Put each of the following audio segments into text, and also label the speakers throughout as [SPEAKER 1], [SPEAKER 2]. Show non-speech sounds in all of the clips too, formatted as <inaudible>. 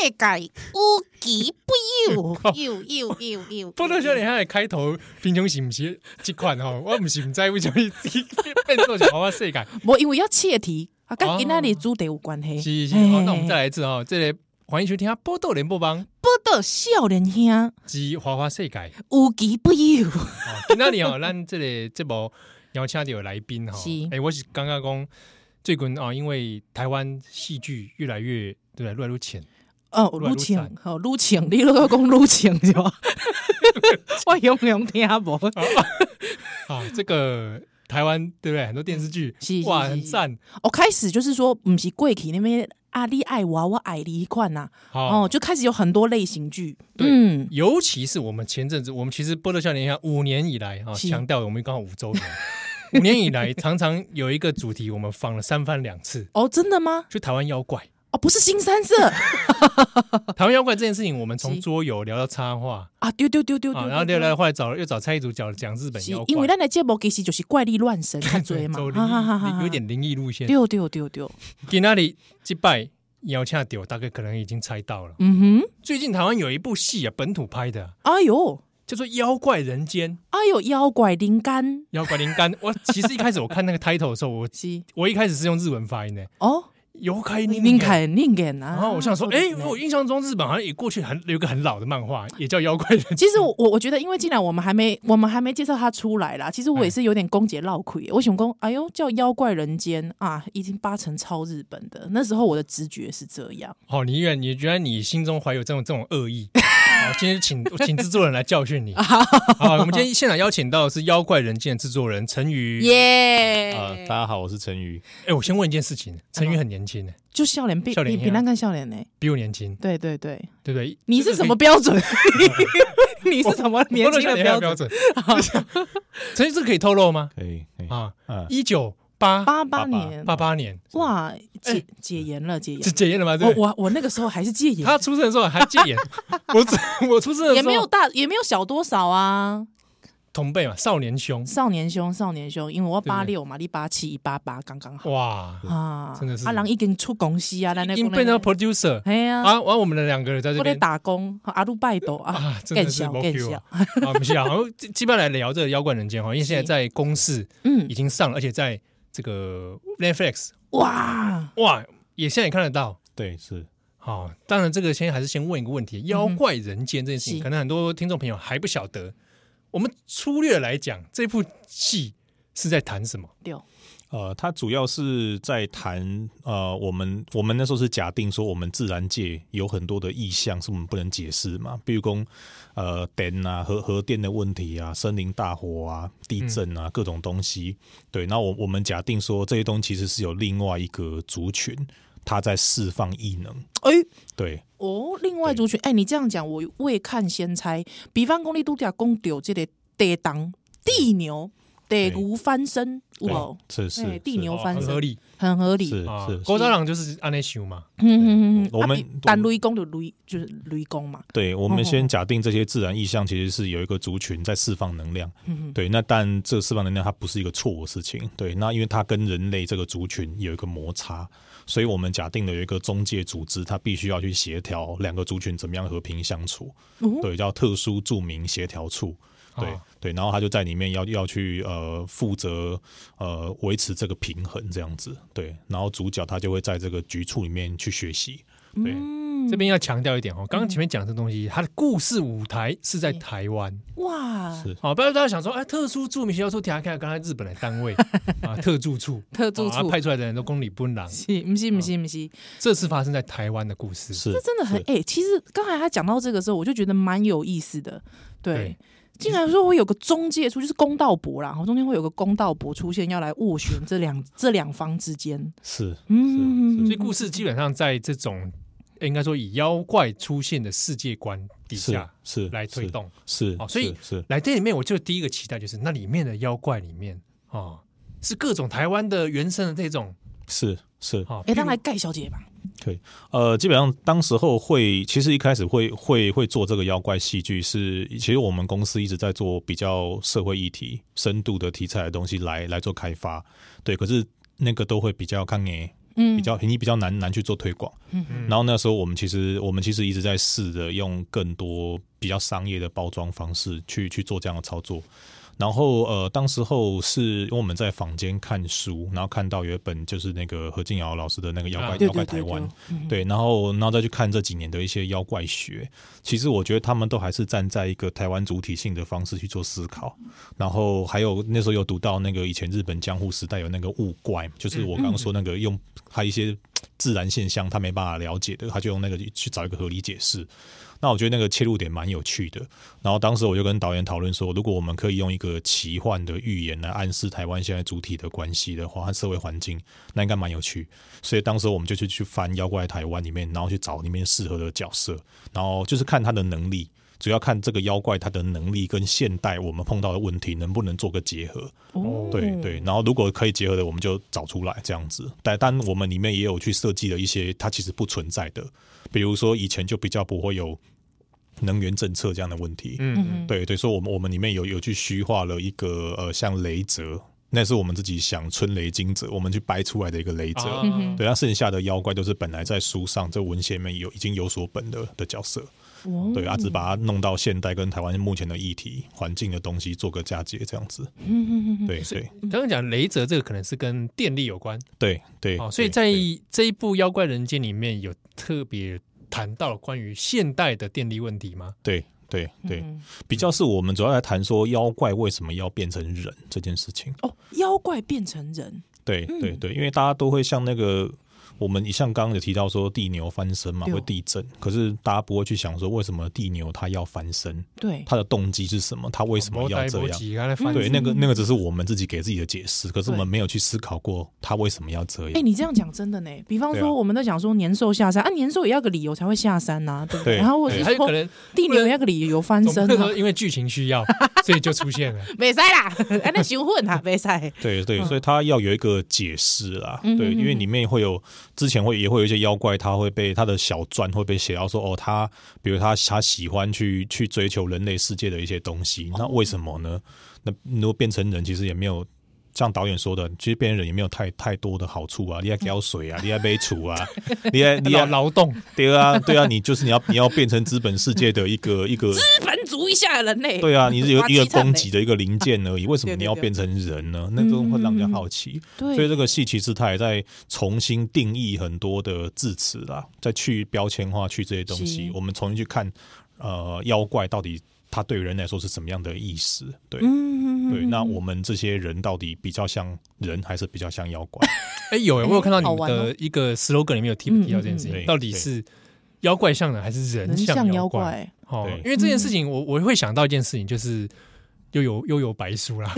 [SPEAKER 1] 世界有奇不
[SPEAKER 2] <laughs> 哦
[SPEAKER 1] 有，有有有有。
[SPEAKER 2] 波多少年他的开头，平常是不是这款吼？我不是唔知为什么伊变做是娃娃
[SPEAKER 3] <laughs>
[SPEAKER 2] 世界。
[SPEAKER 3] 无因为要切题，啊，跟今仔日主题有关系。
[SPEAKER 2] 是是，好，那我们再
[SPEAKER 3] 来。
[SPEAKER 2] 来一次哦。这里欢迎收听波多联播帮
[SPEAKER 3] 波多少年兄，
[SPEAKER 2] 及花花世界。
[SPEAKER 3] 有奇不有，
[SPEAKER 2] 哦，今天哦，咱这里这部邀请到的来宾哈
[SPEAKER 3] 是，
[SPEAKER 2] 哎，我是刚刚讲最近哦，因为台湾戏剧越来越对越来越
[SPEAKER 3] <laughs>
[SPEAKER 2] 浅，
[SPEAKER 3] 哦，
[SPEAKER 2] 愈来
[SPEAKER 3] 愈
[SPEAKER 2] 愈
[SPEAKER 3] 情
[SPEAKER 2] 散，
[SPEAKER 3] 吼，愈情，你都要讲愈情对
[SPEAKER 2] <laughs>
[SPEAKER 3] 吧？我永远听无。
[SPEAKER 2] 啊，哦这个台湾对不对？很多电视剧
[SPEAKER 3] 是是
[SPEAKER 2] 哇，
[SPEAKER 3] 是
[SPEAKER 2] 很赞。
[SPEAKER 3] 我哦开始就是说，不是过去那边啊，你爱我，我爱你一款呐。
[SPEAKER 2] 好
[SPEAKER 3] 哦，，就开始有很多类型剧。
[SPEAKER 2] 对
[SPEAKER 3] 嗯，
[SPEAKER 2] 尤其是我们前阵子，我们其实《波乐少年下》五年以来啊，
[SPEAKER 3] 是
[SPEAKER 2] 强调我们刚好五周年， <laughs> 五年以来常常有一个主题，我们放了三番两次，
[SPEAKER 3] 哦，真的吗？
[SPEAKER 2] 就台湾妖怪。
[SPEAKER 3] 哦，不是新三色
[SPEAKER 2] 台湾妖怪这件事情，我们从
[SPEAKER 3] 哦是
[SPEAKER 2] 桌游聊到插画
[SPEAKER 3] 啊，丢丢丢丢
[SPEAKER 2] 啊，
[SPEAKER 3] 丢，
[SPEAKER 2] 然后聊聊后来找了又找蔡一组讲讲日本
[SPEAKER 3] 是
[SPEAKER 2] 妖怪，
[SPEAKER 3] 因为咱的节目其实就是怪力乱
[SPEAKER 2] <laughs>
[SPEAKER 3] 神看追嘛
[SPEAKER 2] 走，灵
[SPEAKER 3] 哈哈哈哈哈
[SPEAKER 2] 异有点灵异路线。
[SPEAKER 3] 丢丢丢丢，
[SPEAKER 2] 给那里击败邀请丢，大概可能已经猜到了。
[SPEAKER 3] 嗯哼，
[SPEAKER 2] 最近台湾有一部戏啊，本土拍的啊
[SPEAKER 3] 哎呦
[SPEAKER 2] 叫做《妖怪人间》。
[SPEAKER 3] 哎呦，妖怪灵感
[SPEAKER 2] 妖怪灵感，我其实一开始我看那个 title 的时候，我
[SPEAKER 3] 是
[SPEAKER 2] 我一开始是用日文发音的，
[SPEAKER 3] 哦，
[SPEAKER 2] 妖怪
[SPEAKER 3] 灵
[SPEAKER 2] 灵感。
[SPEAKER 3] 感灵感啊。
[SPEAKER 2] 然后我想说，
[SPEAKER 3] 好
[SPEAKER 2] 哎、
[SPEAKER 3] 厉害
[SPEAKER 2] 我印象中日本好像也过去很有一个很老的漫画，也叫妖怪
[SPEAKER 3] <laughs>
[SPEAKER 2] 人。
[SPEAKER 3] 其实我我我觉得，因为既然我们还没我们还没介绍他出来啦，其实我
[SPEAKER 2] 哎
[SPEAKER 3] 也是有点攻解绕亏。我想攻，哎呦，叫妖怪人间啊，已经八成超日本的。那时候我的直觉是这样，
[SPEAKER 2] 好，哦你远，你居然你心中怀有这种这种
[SPEAKER 3] <laughs>
[SPEAKER 2] 恶意。好，今天请请制作人来教训你。好，我们今天现场邀请到的是《妖怪人间》的制作人陈宇。哎、
[SPEAKER 3] 耶、
[SPEAKER 4] 啊、大家好，我是陈宇。
[SPEAKER 2] 我先问一件事情，陈宇很年轻呢，
[SPEAKER 3] 就笑脸比
[SPEAKER 2] 笑
[SPEAKER 3] 比
[SPEAKER 2] 脸
[SPEAKER 3] 比
[SPEAKER 2] 兄
[SPEAKER 3] 那更笑脸呢、
[SPEAKER 2] 比我年轻，
[SPEAKER 3] 对对对，
[SPEAKER 2] 对不对？
[SPEAKER 3] 你是什么标
[SPEAKER 2] <laughs>
[SPEAKER 3] 准？你是什么年轻的标
[SPEAKER 2] 标
[SPEAKER 3] 准？
[SPEAKER 2] 标准？ <laughs> 陈宇这个可以透露吗？
[SPEAKER 4] 可以，可以
[SPEAKER 2] 啊，
[SPEAKER 4] 嗯，
[SPEAKER 2] 一九八
[SPEAKER 3] 八八
[SPEAKER 4] 爸爸
[SPEAKER 3] 年，
[SPEAKER 2] 八八年
[SPEAKER 3] 哇，
[SPEAKER 2] 哎
[SPEAKER 3] 解解严了，解
[SPEAKER 2] 是
[SPEAKER 3] 严。
[SPEAKER 2] 戒烟了吗？对
[SPEAKER 3] 我
[SPEAKER 2] 不对
[SPEAKER 3] 我我那个时候还是戒严，
[SPEAKER 2] 他出生的时候还戒
[SPEAKER 3] <laughs>
[SPEAKER 2] 烟，我出我出生的时候
[SPEAKER 3] 也没有大，也没有小多少啊。
[SPEAKER 2] 同辈嘛，少
[SPEAKER 3] <laughs>
[SPEAKER 2] 年兄，
[SPEAKER 3] 少年兄，少年兄，因为我
[SPEAKER 2] 对不
[SPEAKER 3] 八
[SPEAKER 2] 对
[SPEAKER 3] 六嘛，你八七，一八八，刚刚好。
[SPEAKER 2] 哇，
[SPEAKER 3] 啊，
[SPEAKER 2] 真的是
[SPEAKER 3] 阿郎已经出公司啊，咱那
[SPEAKER 2] 已经变成 producer
[SPEAKER 3] 哎呀，
[SPEAKER 2] 啊，完我们的两个人在这
[SPEAKER 3] 我在
[SPEAKER 2] 边
[SPEAKER 3] 打工，阿鲁拜斗啊，
[SPEAKER 2] 啊，真的是
[SPEAKER 3] 更小
[SPEAKER 2] 没
[SPEAKER 3] 更
[SPEAKER 2] Q 啊
[SPEAKER 3] 小，
[SPEAKER 2] 啊不是啊，好像基本上来聊这个妖怪人间哈，因为现在
[SPEAKER 3] 是
[SPEAKER 2] 在公视
[SPEAKER 3] 嗯
[SPEAKER 2] 已，经上了，而且在这个 Netflix
[SPEAKER 3] 哇，
[SPEAKER 2] 哇，也现在也看得到。
[SPEAKER 4] 对，是
[SPEAKER 2] 好、当然这个先还是先问一个问题：妖怪人间这件事
[SPEAKER 3] 嗯
[SPEAKER 2] 情，
[SPEAKER 3] 是
[SPEAKER 2] 可能很多听众朋友还不晓得。我们粗略来讲，这部戏是在谈什么？
[SPEAKER 3] 六
[SPEAKER 4] 呃，它主要是在谈呃，我们我们那时候是假定说，我们自然界有很多的意象是我们不能解释嘛，比如说呃电啊、核核电的问题啊、森林大火啊、地震
[SPEAKER 2] 嗯
[SPEAKER 4] 啊、各种东西。对，那我我们假定说这些东西其实是有另外一个族群，它在释放异能。
[SPEAKER 3] 哎。
[SPEAKER 4] 对，
[SPEAKER 3] 哦，另外族群，哎、你这样讲，我未看先猜。比方公你都嗲公丢这个地当地牛，地牛翻身，有
[SPEAKER 4] 嗯对
[SPEAKER 3] 无？
[SPEAKER 4] 是是
[SPEAKER 3] 哎
[SPEAKER 4] 是
[SPEAKER 3] 地牛
[SPEAKER 2] 哦
[SPEAKER 3] 翻
[SPEAKER 2] 很
[SPEAKER 3] 身
[SPEAKER 2] 合理
[SPEAKER 3] 很合理。
[SPEAKER 4] 是
[SPEAKER 2] 啊
[SPEAKER 4] 是。。
[SPEAKER 2] 郭昭郎就是按那修嘛，
[SPEAKER 3] 嗯嗯嗯嗯，
[SPEAKER 4] 我
[SPEAKER 3] 啊
[SPEAKER 4] 们
[SPEAKER 3] 比
[SPEAKER 4] 我们
[SPEAKER 3] 但雷公就雷就是雷公嘛。
[SPEAKER 4] 对，我
[SPEAKER 3] 哦
[SPEAKER 4] 们
[SPEAKER 3] 哦
[SPEAKER 4] 先假定这些自然意象其实是有一个族群在释放能量，
[SPEAKER 3] 嗯
[SPEAKER 4] 对，那但这释放能量它不是一个错的事情，对，那因为它跟人类这个族群有一个摩擦，所以我们假定了有一个中介组织，它必须要去协调两个族群怎么样和平相处，
[SPEAKER 3] 嗯
[SPEAKER 4] 对，叫特殊著名协调处，对、
[SPEAKER 2] 哦
[SPEAKER 4] 对，然后他就在里面要要去呃负责呃维持这个平衡这样子，对，然后主角他就会在这个局处里面去学习，对，
[SPEAKER 3] 嗯，
[SPEAKER 2] 这边要强调一点哦，刚刚前面讲这东西，它的故事舞台是在台湾，
[SPEAKER 3] 哇，
[SPEAKER 4] 是
[SPEAKER 2] 好，不要大家想说，哎，特殊著名学校处底下看刚才日本的单
[SPEAKER 3] <laughs>
[SPEAKER 2] 位啊，特助处，
[SPEAKER 3] 特助
[SPEAKER 2] 啊
[SPEAKER 3] 处
[SPEAKER 2] 派出来的人都公理不郎，
[SPEAKER 3] 是，不是，不是，不是。
[SPEAKER 2] 这次发生在台湾的故事，
[SPEAKER 4] 是
[SPEAKER 3] 这真的很
[SPEAKER 4] 嗯是
[SPEAKER 3] 哎、其实刚才他讲到这个时候，我就觉得蛮有意思的。对，
[SPEAKER 2] 对
[SPEAKER 3] 竟然说会有个中介处，就是公道伯啦，然后中间会有个公道伯出现，要来斡旋这两这两方之间。
[SPEAKER 4] 是啊
[SPEAKER 3] 嗯，
[SPEAKER 2] 所以故事基本上在这种应该说以妖怪出现的世界观底
[SPEAKER 4] 是
[SPEAKER 2] 下
[SPEAKER 4] 是
[SPEAKER 2] 来推
[SPEAKER 4] 是
[SPEAKER 2] 动。
[SPEAKER 4] 是，
[SPEAKER 2] 哦所以
[SPEAKER 4] 是是
[SPEAKER 2] 来这里面，我就第一个期待就是那里面的妖怪里面哦，是各种台湾的原生的这种
[SPEAKER 4] 是是，
[SPEAKER 2] 哦，
[SPEAKER 3] 哎、当
[SPEAKER 2] 譬如
[SPEAKER 3] 来盖小姐吧，
[SPEAKER 4] 呃，基本上当时候会，其实一开始会会会做这个妖怪戏剧是，其实我们公司一直在做比较社会议题、深度的题材的东西来来做开发，对，可是那个都会比较看你
[SPEAKER 3] 嗯
[SPEAKER 4] 比较你比较难难去做推广。
[SPEAKER 3] 嗯
[SPEAKER 4] 然后那时候我们其实我们其实一直在试着用更多比较商业的包装方式去去做这样的操作。然后呃，当时候是因为我们在坊间看书，然后看到有一本就是那个何静瑶老师的那个妖怪、
[SPEAKER 2] 啊
[SPEAKER 3] 对
[SPEAKER 4] 妖
[SPEAKER 3] 对
[SPEAKER 4] 怪
[SPEAKER 3] 对
[SPEAKER 4] 台湾
[SPEAKER 3] 对，，嗯
[SPEAKER 4] 对，然后然后再去看这几年的一些妖怪学，其实我觉得他们都还是站在一个台湾主体性的方式去做思考。然后还有那时候有读到那个以前日本江户时代有那个物怪，就是我刚刚说那个用他一些自然现象他没办法了解的，他就用那个去找一个合理解释。那我觉得那个切入点蛮有趣的。然后当时我就跟导演讨论说，如果我们可以用一个奇幻的预言来暗示台湾现在主体的关系的话，和社会环境，那应该蛮有趣。所以当时我们就去去翻《妖怪台湾》里面，然后去找里面适合的角色，然后就是看他的能力，主要看这个妖怪他的能力跟现代我们碰到的问题能不能做个结合。
[SPEAKER 3] 哦
[SPEAKER 4] 对
[SPEAKER 2] 嗯
[SPEAKER 4] 对，然后如果可以结合的，我们就找出来这样子。但但我们里面也有去设计了一些它其实不存在的，比如说以前就比较不会有能源政策这样的问题。
[SPEAKER 2] 嗯，
[SPEAKER 3] 嗯，
[SPEAKER 4] 对对，所以我们我们里面有有去虚化了一个呃，像雷泽，那是我们自己想春雷惊蛰，我们去掰出来的一个雷泽。
[SPEAKER 2] 啊
[SPEAKER 3] 嗯哼
[SPEAKER 4] 对，那剩下的妖怪都是本来在书上这文献里面有已经有所本的的角色，
[SPEAKER 3] 哦
[SPEAKER 4] 对，啊，只把它弄到现代跟台湾目前的议题、环境的东西做个嫁接，这样子，
[SPEAKER 3] 嗯哼哼哼
[SPEAKER 4] 对对
[SPEAKER 2] 刚刚讲雷泽这个可能是跟电力有关
[SPEAKER 4] 对对，
[SPEAKER 2] 哦，所以
[SPEAKER 4] 对
[SPEAKER 2] 在
[SPEAKER 4] 对
[SPEAKER 2] 这一部《妖怪人间》里面有特别谈到关于现代的电力问题吗？
[SPEAKER 4] 对对对，
[SPEAKER 3] 嗯
[SPEAKER 4] 比较是我们主要来谈说妖怪为什么要变成人这件事情，
[SPEAKER 3] 哦，妖怪变成人，
[SPEAKER 4] 对
[SPEAKER 3] 嗯
[SPEAKER 4] 对对，因为大家都会像那个。我们像刚刚有提到说地牛翻身嘛，
[SPEAKER 3] 对哦
[SPEAKER 4] 会地震，可是大家不会去想说为什么地牛它要翻身，
[SPEAKER 3] 对，
[SPEAKER 4] 它的动机是什么，它为什
[SPEAKER 2] 哦
[SPEAKER 3] 哦
[SPEAKER 4] 么要这样？
[SPEAKER 2] 样？刚才翻
[SPEAKER 4] 对，
[SPEAKER 3] 嗯
[SPEAKER 4] 那个那个只是我们自己给自己的解释，可是我
[SPEAKER 3] 对
[SPEAKER 4] 们没有去思考过他为什么要这
[SPEAKER 3] 哎，
[SPEAKER 4] 样。
[SPEAKER 3] 你这样讲真的呢？比方
[SPEAKER 4] 对啊
[SPEAKER 3] 说，我们在讲说年兽下山啊，年兽也要个理由才会下山呐，对不对？
[SPEAKER 4] 对
[SPEAKER 3] 然后或者
[SPEAKER 2] 对
[SPEAKER 3] 是
[SPEAKER 2] 还有可
[SPEAKER 3] 说
[SPEAKER 2] 能
[SPEAKER 3] 地牛也要个理由翻
[SPEAKER 2] 总
[SPEAKER 3] 身
[SPEAKER 2] 不能
[SPEAKER 3] 啊
[SPEAKER 2] 说，因为剧情需要，所以就出现
[SPEAKER 4] <laughs>
[SPEAKER 2] 了。
[SPEAKER 3] 没塞啦，哎，那行混啊，没塞。
[SPEAKER 4] 对对，所以他要有一个解释啦。
[SPEAKER 3] 嗯
[SPEAKER 4] 对，
[SPEAKER 3] 嗯嗯
[SPEAKER 4] 因为里面会有之前会也会有一些妖怪，他会被他的小传会被写到说哦，他比如他他喜欢去去追求人类世界的一些东西，那为什么呢？那如果变成人，其实也没有。像导演说的，其实变成人也没有太太多的好处啊！
[SPEAKER 3] 嗯
[SPEAKER 4] 你要浇水啊，你要杯厨
[SPEAKER 3] <laughs>
[SPEAKER 4] 啊，你要你
[SPEAKER 2] 劳
[SPEAKER 4] 要
[SPEAKER 2] 劳动，
[SPEAKER 4] 对啊对啊，你就是你要你要变成资本世界的一个一个
[SPEAKER 3] 资本主义下的人 <laughs> 类，
[SPEAKER 4] 对啊，你是有
[SPEAKER 3] 垃圾
[SPEAKER 4] 一个
[SPEAKER 3] 产
[SPEAKER 4] 攻
[SPEAKER 3] 类
[SPEAKER 4] 击的一个零
[SPEAKER 3] <laughs>
[SPEAKER 4] 件而已，为什么
[SPEAKER 3] 欸对对
[SPEAKER 4] 你要
[SPEAKER 3] 对嗯
[SPEAKER 4] 变成人呢？那个会让人家好奇。
[SPEAKER 3] 对，
[SPEAKER 4] 所以这个戏其实它也在重新定义很多的字词啦，再去标签化去这些东西
[SPEAKER 3] 是，
[SPEAKER 4] 我们重新去看呃妖怪到底它对人来说是什么样的意思？对、
[SPEAKER 3] 嗯，嗯
[SPEAKER 4] 对，那我们这些人到底比较像人，还是比较像妖怪？ <laughs>
[SPEAKER 2] 哎，有我有看到
[SPEAKER 3] 好
[SPEAKER 2] 你们
[SPEAKER 3] 玩哦
[SPEAKER 2] 的一个 slogan 里面有提提到这件事
[SPEAKER 4] 嗯嗯
[SPEAKER 2] 情，
[SPEAKER 4] 嗯
[SPEAKER 2] 到底是妖怪像人还是人
[SPEAKER 3] 人像
[SPEAKER 2] 妖
[SPEAKER 3] 妖？怪，嗯
[SPEAKER 2] 哦
[SPEAKER 4] 对，
[SPEAKER 2] 因为这件事情，我我会想到一件事情，就是又有又有白书
[SPEAKER 4] <laughs>
[SPEAKER 2] 啦，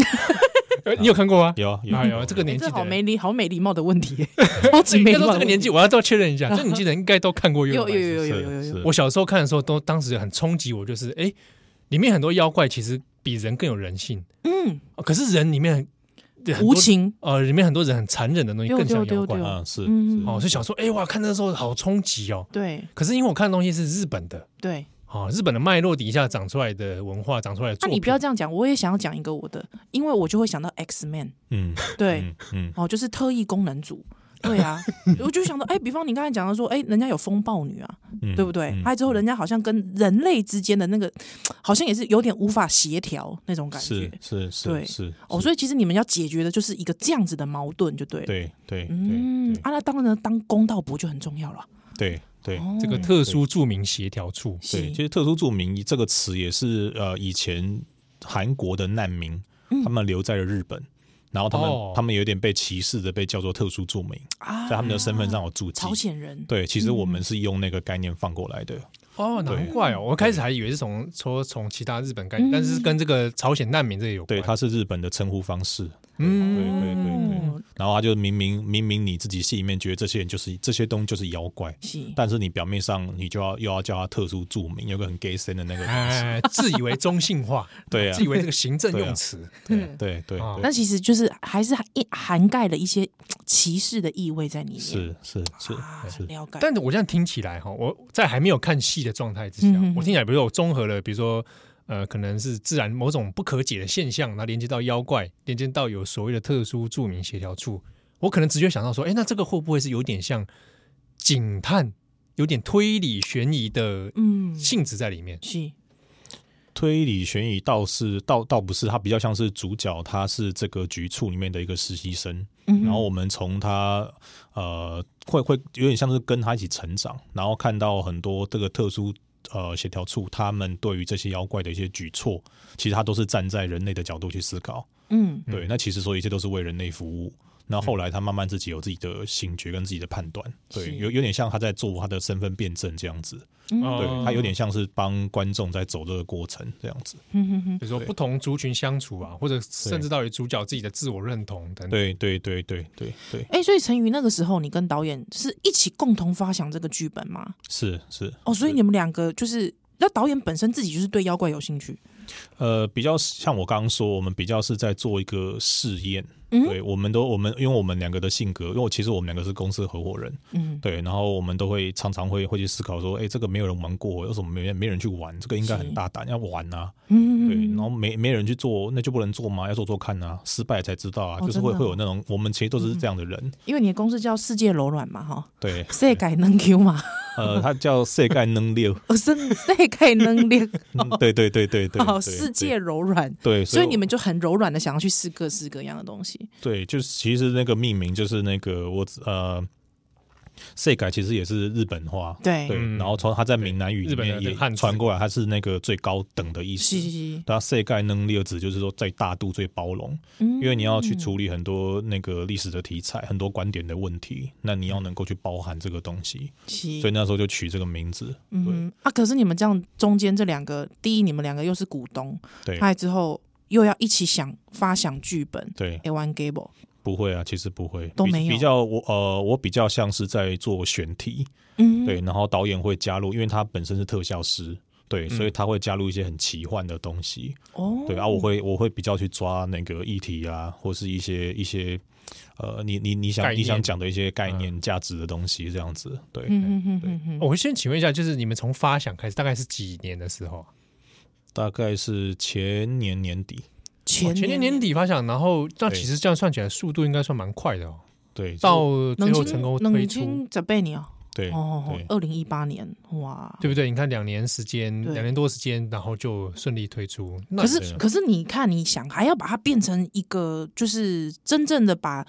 [SPEAKER 2] 呃你有看过吗？
[SPEAKER 4] 有啊有
[SPEAKER 2] 啊
[SPEAKER 4] 啊
[SPEAKER 2] 有啊这个年
[SPEAKER 3] 哎
[SPEAKER 2] 纪
[SPEAKER 3] 这
[SPEAKER 2] 的
[SPEAKER 3] 好没
[SPEAKER 2] 人，
[SPEAKER 3] 礼，好没礼貌的问
[SPEAKER 2] <laughs>
[SPEAKER 3] 题，超级没
[SPEAKER 2] 应
[SPEAKER 3] 礼
[SPEAKER 2] 该
[SPEAKER 3] 貌
[SPEAKER 2] 到
[SPEAKER 3] 的问题。
[SPEAKER 2] 这个年纪，我要再确认一下，这个年纪的人应该都看过又
[SPEAKER 3] 有有
[SPEAKER 2] 白书。
[SPEAKER 3] 有有有有
[SPEAKER 4] 是
[SPEAKER 3] 有，
[SPEAKER 4] 是
[SPEAKER 2] 我小时候看的时候，都当时很冲击我，就是哎，里面很多妖怪其实比人更有人性，
[SPEAKER 3] 嗯，
[SPEAKER 2] 哦可是人里面很很多
[SPEAKER 3] 无情，
[SPEAKER 2] 呃，里面很多人很残忍的东西
[SPEAKER 3] 对
[SPEAKER 2] 更像
[SPEAKER 3] 对
[SPEAKER 2] 妖怪
[SPEAKER 3] 对
[SPEAKER 4] 嗯是
[SPEAKER 3] 嗯
[SPEAKER 2] 哦，所以想说，哎、哇，看那时候好冲击哦。
[SPEAKER 3] 对
[SPEAKER 2] 可是因为我看的东西是日本的，
[SPEAKER 3] 对。
[SPEAKER 2] 哦，日本的脉络底下长出来的文化，长出来的
[SPEAKER 3] 那
[SPEAKER 2] 作品。
[SPEAKER 3] 你不要这样讲，我也想要讲一个我的，因为我就会想到 X <laughs> Man，
[SPEAKER 4] 嗯
[SPEAKER 3] 对，
[SPEAKER 4] 嗯嗯
[SPEAKER 3] 哦，就是特异功能 <laughs> 组。对啊，我就想到，哎，比方你刚才讲到说，哎，人家有风暴女啊，
[SPEAKER 4] 嗯，
[SPEAKER 3] 对不对？
[SPEAKER 4] 嗯
[SPEAKER 3] 还有之后，人家好像跟人类之间的那个，好像也是有点无法协调那种感觉
[SPEAKER 4] 是。是是
[SPEAKER 3] 对
[SPEAKER 4] 是
[SPEAKER 3] 哦，所以其实你们要解决的就是一个这样子的矛盾，就对了。
[SPEAKER 4] 对对
[SPEAKER 3] 嗯
[SPEAKER 4] 对，
[SPEAKER 3] 啊，那当然当公道伯就很重要了。
[SPEAKER 4] 对对。
[SPEAKER 3] 哦，
[SPEAKER 2] 这个特殊著名协调处，
[SPEAKER 4] 对，
[SPEAKER 3] 是
[SPEAKER 4] 其实“特殊住民”这个词也是呃以前韩国的难民，他们留在了日本，然后他们、
[SPEAKER 2] 哦
[SPEAKER 4] 他们有点被歧视的被叫做特殊住民，
[SPEAKER 3] 啊
[SPEAKER 4] 在他们的身份上有注记。
[SPEAKER 3] 朝鲜人，
[SPEAKER 4] 对，其实我们是用那个概念放过来的。
[SPEAKER 2] 哦，
[SPEAKER 4] 对
[SPEAKER 2] 难怪哦，我开始还以为是从说从其他日本概念，但是跟这个朝鲜难民这里有关。
[SPEAKER 4] 对，它是日本的称呼方式。
[SPEAKER 2] 嗯
[SPEAKER 4] 对对对对。
[SPEAKER 3] 哦，
[SPEAKER 4] 然后他就明明明明你自己心里面觉得这些人就是这些东西就是妖怪，
[SPEAKER 3] 是
[SPEAKER 4] 但是你表面上你就要又要叫他特殊住民，有个很 gay 森的那个东西。
[SPEAKER 2] 哎，自以为中性化，
[SPEAKER 4] <laughs> 对啊
[SPEAKER 2] 自以为这个行政
[SPEAKER 4] 对啊
[SPEAKER 2] 用词，
[SPEAKER 4] 对对对
[SPEAKER 2] 哦
[SPEAKER 4] 对，
[SPEAKER 3] 但其实就是还是一涵盖了一些歧视的意味在里面。
[SPEAKER 4] 是是是
[SPEAKER 3] 啊，
[SPEAKER 4] 是，
[SPEAKER 3] 了解。
[SPEAKER 2] 但我这样听起来哈，我在还没有看戏的状态之下，
[SPEAKER 3] 嗯哼哼
[SPEAKER 2] 我听起来，比如我综合了，比如说呃，可能是自然某种不可解的现象，然后连接到妖怪，连接到有所谓的特殊著名协调处，我可能直觉想到说，哎，那这个会不会是有点像警探，有点推理悬疑的
[SPEAKER 3] 嗯，
[SPEAKER 2] 性质在里面？
[SPEAKER 3] 是
[SPEAKER 4] 推理悬疑倒是倒倒不是，它比较像是主角，他是这个局处里面的一个实习生，
[SPEAKER 3] 嗯哼
[SPEAKER 4] 然后我们从他呃会会有点像是跟他一起成长，然后看到很多这个特殊呃协调处他们对于这些妖怪的一些举措，其实他都是站在人类的角度去思考，
[SPEAKER 3] 嗯
[SPEAKER 4] 对，那其实说一切都是为人类服务。那后来他慢慢自己有自己的醒觉跟自己的判断，
[SPEAKER 3] 是
[SPEAKER 4] 对，有有点像他在做他的身份辩证这样子，
[SPEAKER 3] 嗯
[SPEAKER 2] 哦
[SPEAKER 4] 对他有点像是帮观众在走这个过程这样子。
[SPEAKER 3] 嗯哼哼
[SPEAKER 2] 比如说不同族群相处啊，或者甚至到于主角自己的自我认同等等。
[SPEAKER 4] 对对对对对对，
[SPEAKER 3] 哎、所以陈宇那个时候，你跟导演是一起共同发想这个剧本吗？
[SPEAKER 4] 是是
[SPEAKER 3] 哦，所以
[SPEAKER 4] 是
[SPEAKER 3] 你们两个就是，那导演本身自己就是对妖怪有兴趣，
[SPEAKER 4] 呃，比较像我刚刚说，我们比较是在做一个试验。
[SPEAKER 3] 嗯
[SPEAKER 4] 对，我们都我们因为我们两个的性格，因为我其实我们两个是公司合伙人，
[SPEAKER 3] 嗯，
[SPEAKER 4] 对，然后我们都会常常会会去思考说，哎，这个没有人玩过，为什么没人没人去玩？这个应该很
[SPEAKER 3] 是
[SPEAKER 4] 大胆，要玩啊，
[SPEAKER 3] 嗯，
[SPEAKER 4] 对，然后没没人去做，那就不能做吗？要做做看啊，失败才知道啊，
[SPEAKER 3] 哦
[SPEAKER 4] 就是会
[SPEAKER 3] 真的哦嗯
[SPEAKER 4] 会有那种，我们其实都是这样的人，
[SPEAKER 3] 因为你的公司叫世界柔软嘛，哈，
[SPEAKER 4] 对，
[SPEAKER 3] 世
[SPEAKER 4] 对
[SPEAKER 3] 界能 Q
[SPEAKER 4] <laughs>
[SPEAKER 3] 嘛，
[SPEAKER 4] 呃，他叫世界能力，
[SPEAKER 3] 哦，是世界能力，
[SPEAKER 4] 嗯对对对对对，
[SPEAKER 3] 哦，
[SPEAKER 4] 对
[SPEAKER 3] 世
[SPEAKER 4] 对
[SPEAKER 3] 界柔软，
[SPEAKER 4] 对，
[SPEAKER 3] 所以
[SPEAKER 4] 我
[SPEAKER 3] 你们就很柔软的想要去试各式各样的东西，
[SPEAKER 4] 对，就是其实那个命名就是那个我只呃，Sega 其实也是日本话，
[SPEAKER 3] 对
[SPEAKER 4] 对，
[SPEAKER 2] 嗯
[SPEAKER 4] 然后从它在闽南语
[SPEAKER 2] 日
[SPEAKER 4] 里
[SPEAKER 2] 本
[SPEAKER 4] 面
[SPEAKER 2] 的
[SPEAKER 4] 也
[SPEAKER 2] 汉字
[SPEAKER 4] 传过来，它是那个最高等的意思
[SPEAKER 3] 是。是是，
[SPEAKER 4] 对啊，Sega 能力的指就是说最大度、最包容，
[SPEAKER 3] 嗯，
[SPEAKER 4] 因为你要去处理很多那个历史的题材、很多观点的问题，那你要能够去包含这个东西，
[SPEAKER 3] 是
[SPEAKER 4] 所以那时候就取这个名字。
[SPEAKER 3] 嗯
[SPEAKER 4] 对
[SPEAKER 3] 哼啊，可是你们这样中间这两个，第一你们两个又是股东，
[SPEAKER 4] 对
[SPEAKER 3] 还之后又要一起想发想剧本
[SPEAKER 4] 对，
[SPEAKER 3] ，A One Gable，
[SPEAKER 4] 不会啊，其实不会，
[SPEAKER 3] 都
[SPEAKER 4] 比
[SPEAKER 3] 没有
[SPEAKER 4] 比较我呃，我比较像是在做选题，
[SPEAKER 3] 嗯，
[SPEAKER 4] 对，，然后导演会加入，因为他本身是特效师，对，所以他会加入一些很奇幻的东西，
[SPEAKER 3] 哦，
[SPEAKER 4] 对啊，我会我会比较去抓那个议题啊，或是一些一些呃，你你你
[SPEAKER 2] 概
[SPEAKER 4] 想你
[SPEAKER 2] 念
[SPEAKER 4] 想讲的一些概念、价值的东西这样子，对，哦
[SPEAKER 3] 嗯嗯嗯嗯
[SPEAKER 2] 我先请问一下，就是你们从发想开始，大概是几年的时候啊？
[SPEAKER 4] 大概是前年年底，
[SPEAKER 3] 前
[SPEAKER 2] 前年年底发想，然后那其实这样算起来，速度应该算蛮快的哦。
[SPEAKER 4] 对，
[SPEAKER 2] 到最
[SPEAKER 3] 能
[SPEAKER 2] 后
[SPEAKER 3] 清
[SPEAKER 2] 成功推
[SPEAKER 3] 能
[SPEAKER 2] 出，
[SPEAKER 3] 清准备你哦，
[SPEAKER 4] 对
[SPEAKER 3] 哦，
[SPEAKER 4] 对
[SPEAKER 3] 二零一八年哇，
[SPEAKER 2] 对不对？你看两年时间，
[SPEAKER 3] 对
[SPEAKER 2] 两年多时间，然后就顺利推出。那
[SPEAKER 3] 可
[SPEAKER 4] 对
[SPEAKER 3] 是
[SPEAKER 4] 啊
[SPEAKER 3] 可是你看，你想还要把它变成一个，就是真正的把。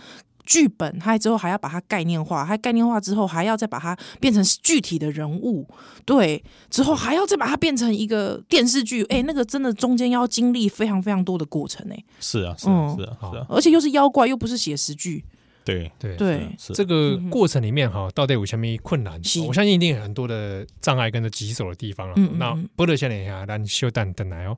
[SPEAKER 3] 剧本，还之后还要把它概念化，还概念化之后还要再把它变成具体的人物，对，之后还要再把它变成一个电视剧，哎、那个真的中间要经历非常非常多的过程、哎，
[SPEAKER 4] 是啊是啊
[SPEAKER 3] 嗯
[SPEAKER 4] 是啊是啊，
[SPEAKER 3] 而且又是妖怪，又不是写实剧，
[SPEAKER 4] 对
[SPEAKER 2] 对
[SPEAKER 3] 对，
[SPEAKER 4] 是
[SPEAKER 2] 这
[SPEAKER 4] 啊
[SPEAKER 2] 个
[SPEAKER 3] 嗯哼
[SPEAKER 2] 过程里面哈，到底有什么困难
[SPEAKER 3] 是？
[SPEAKER 2] 我相信一定有很多的障碍跟着棘手的地方了
[SPEAKER 3] 嗯嗯。
[SPEAKER 2] 那
[SPEAKER 3] 嗯
[SPEAKER 2] 波特先等一下，让你休蛋等来哦。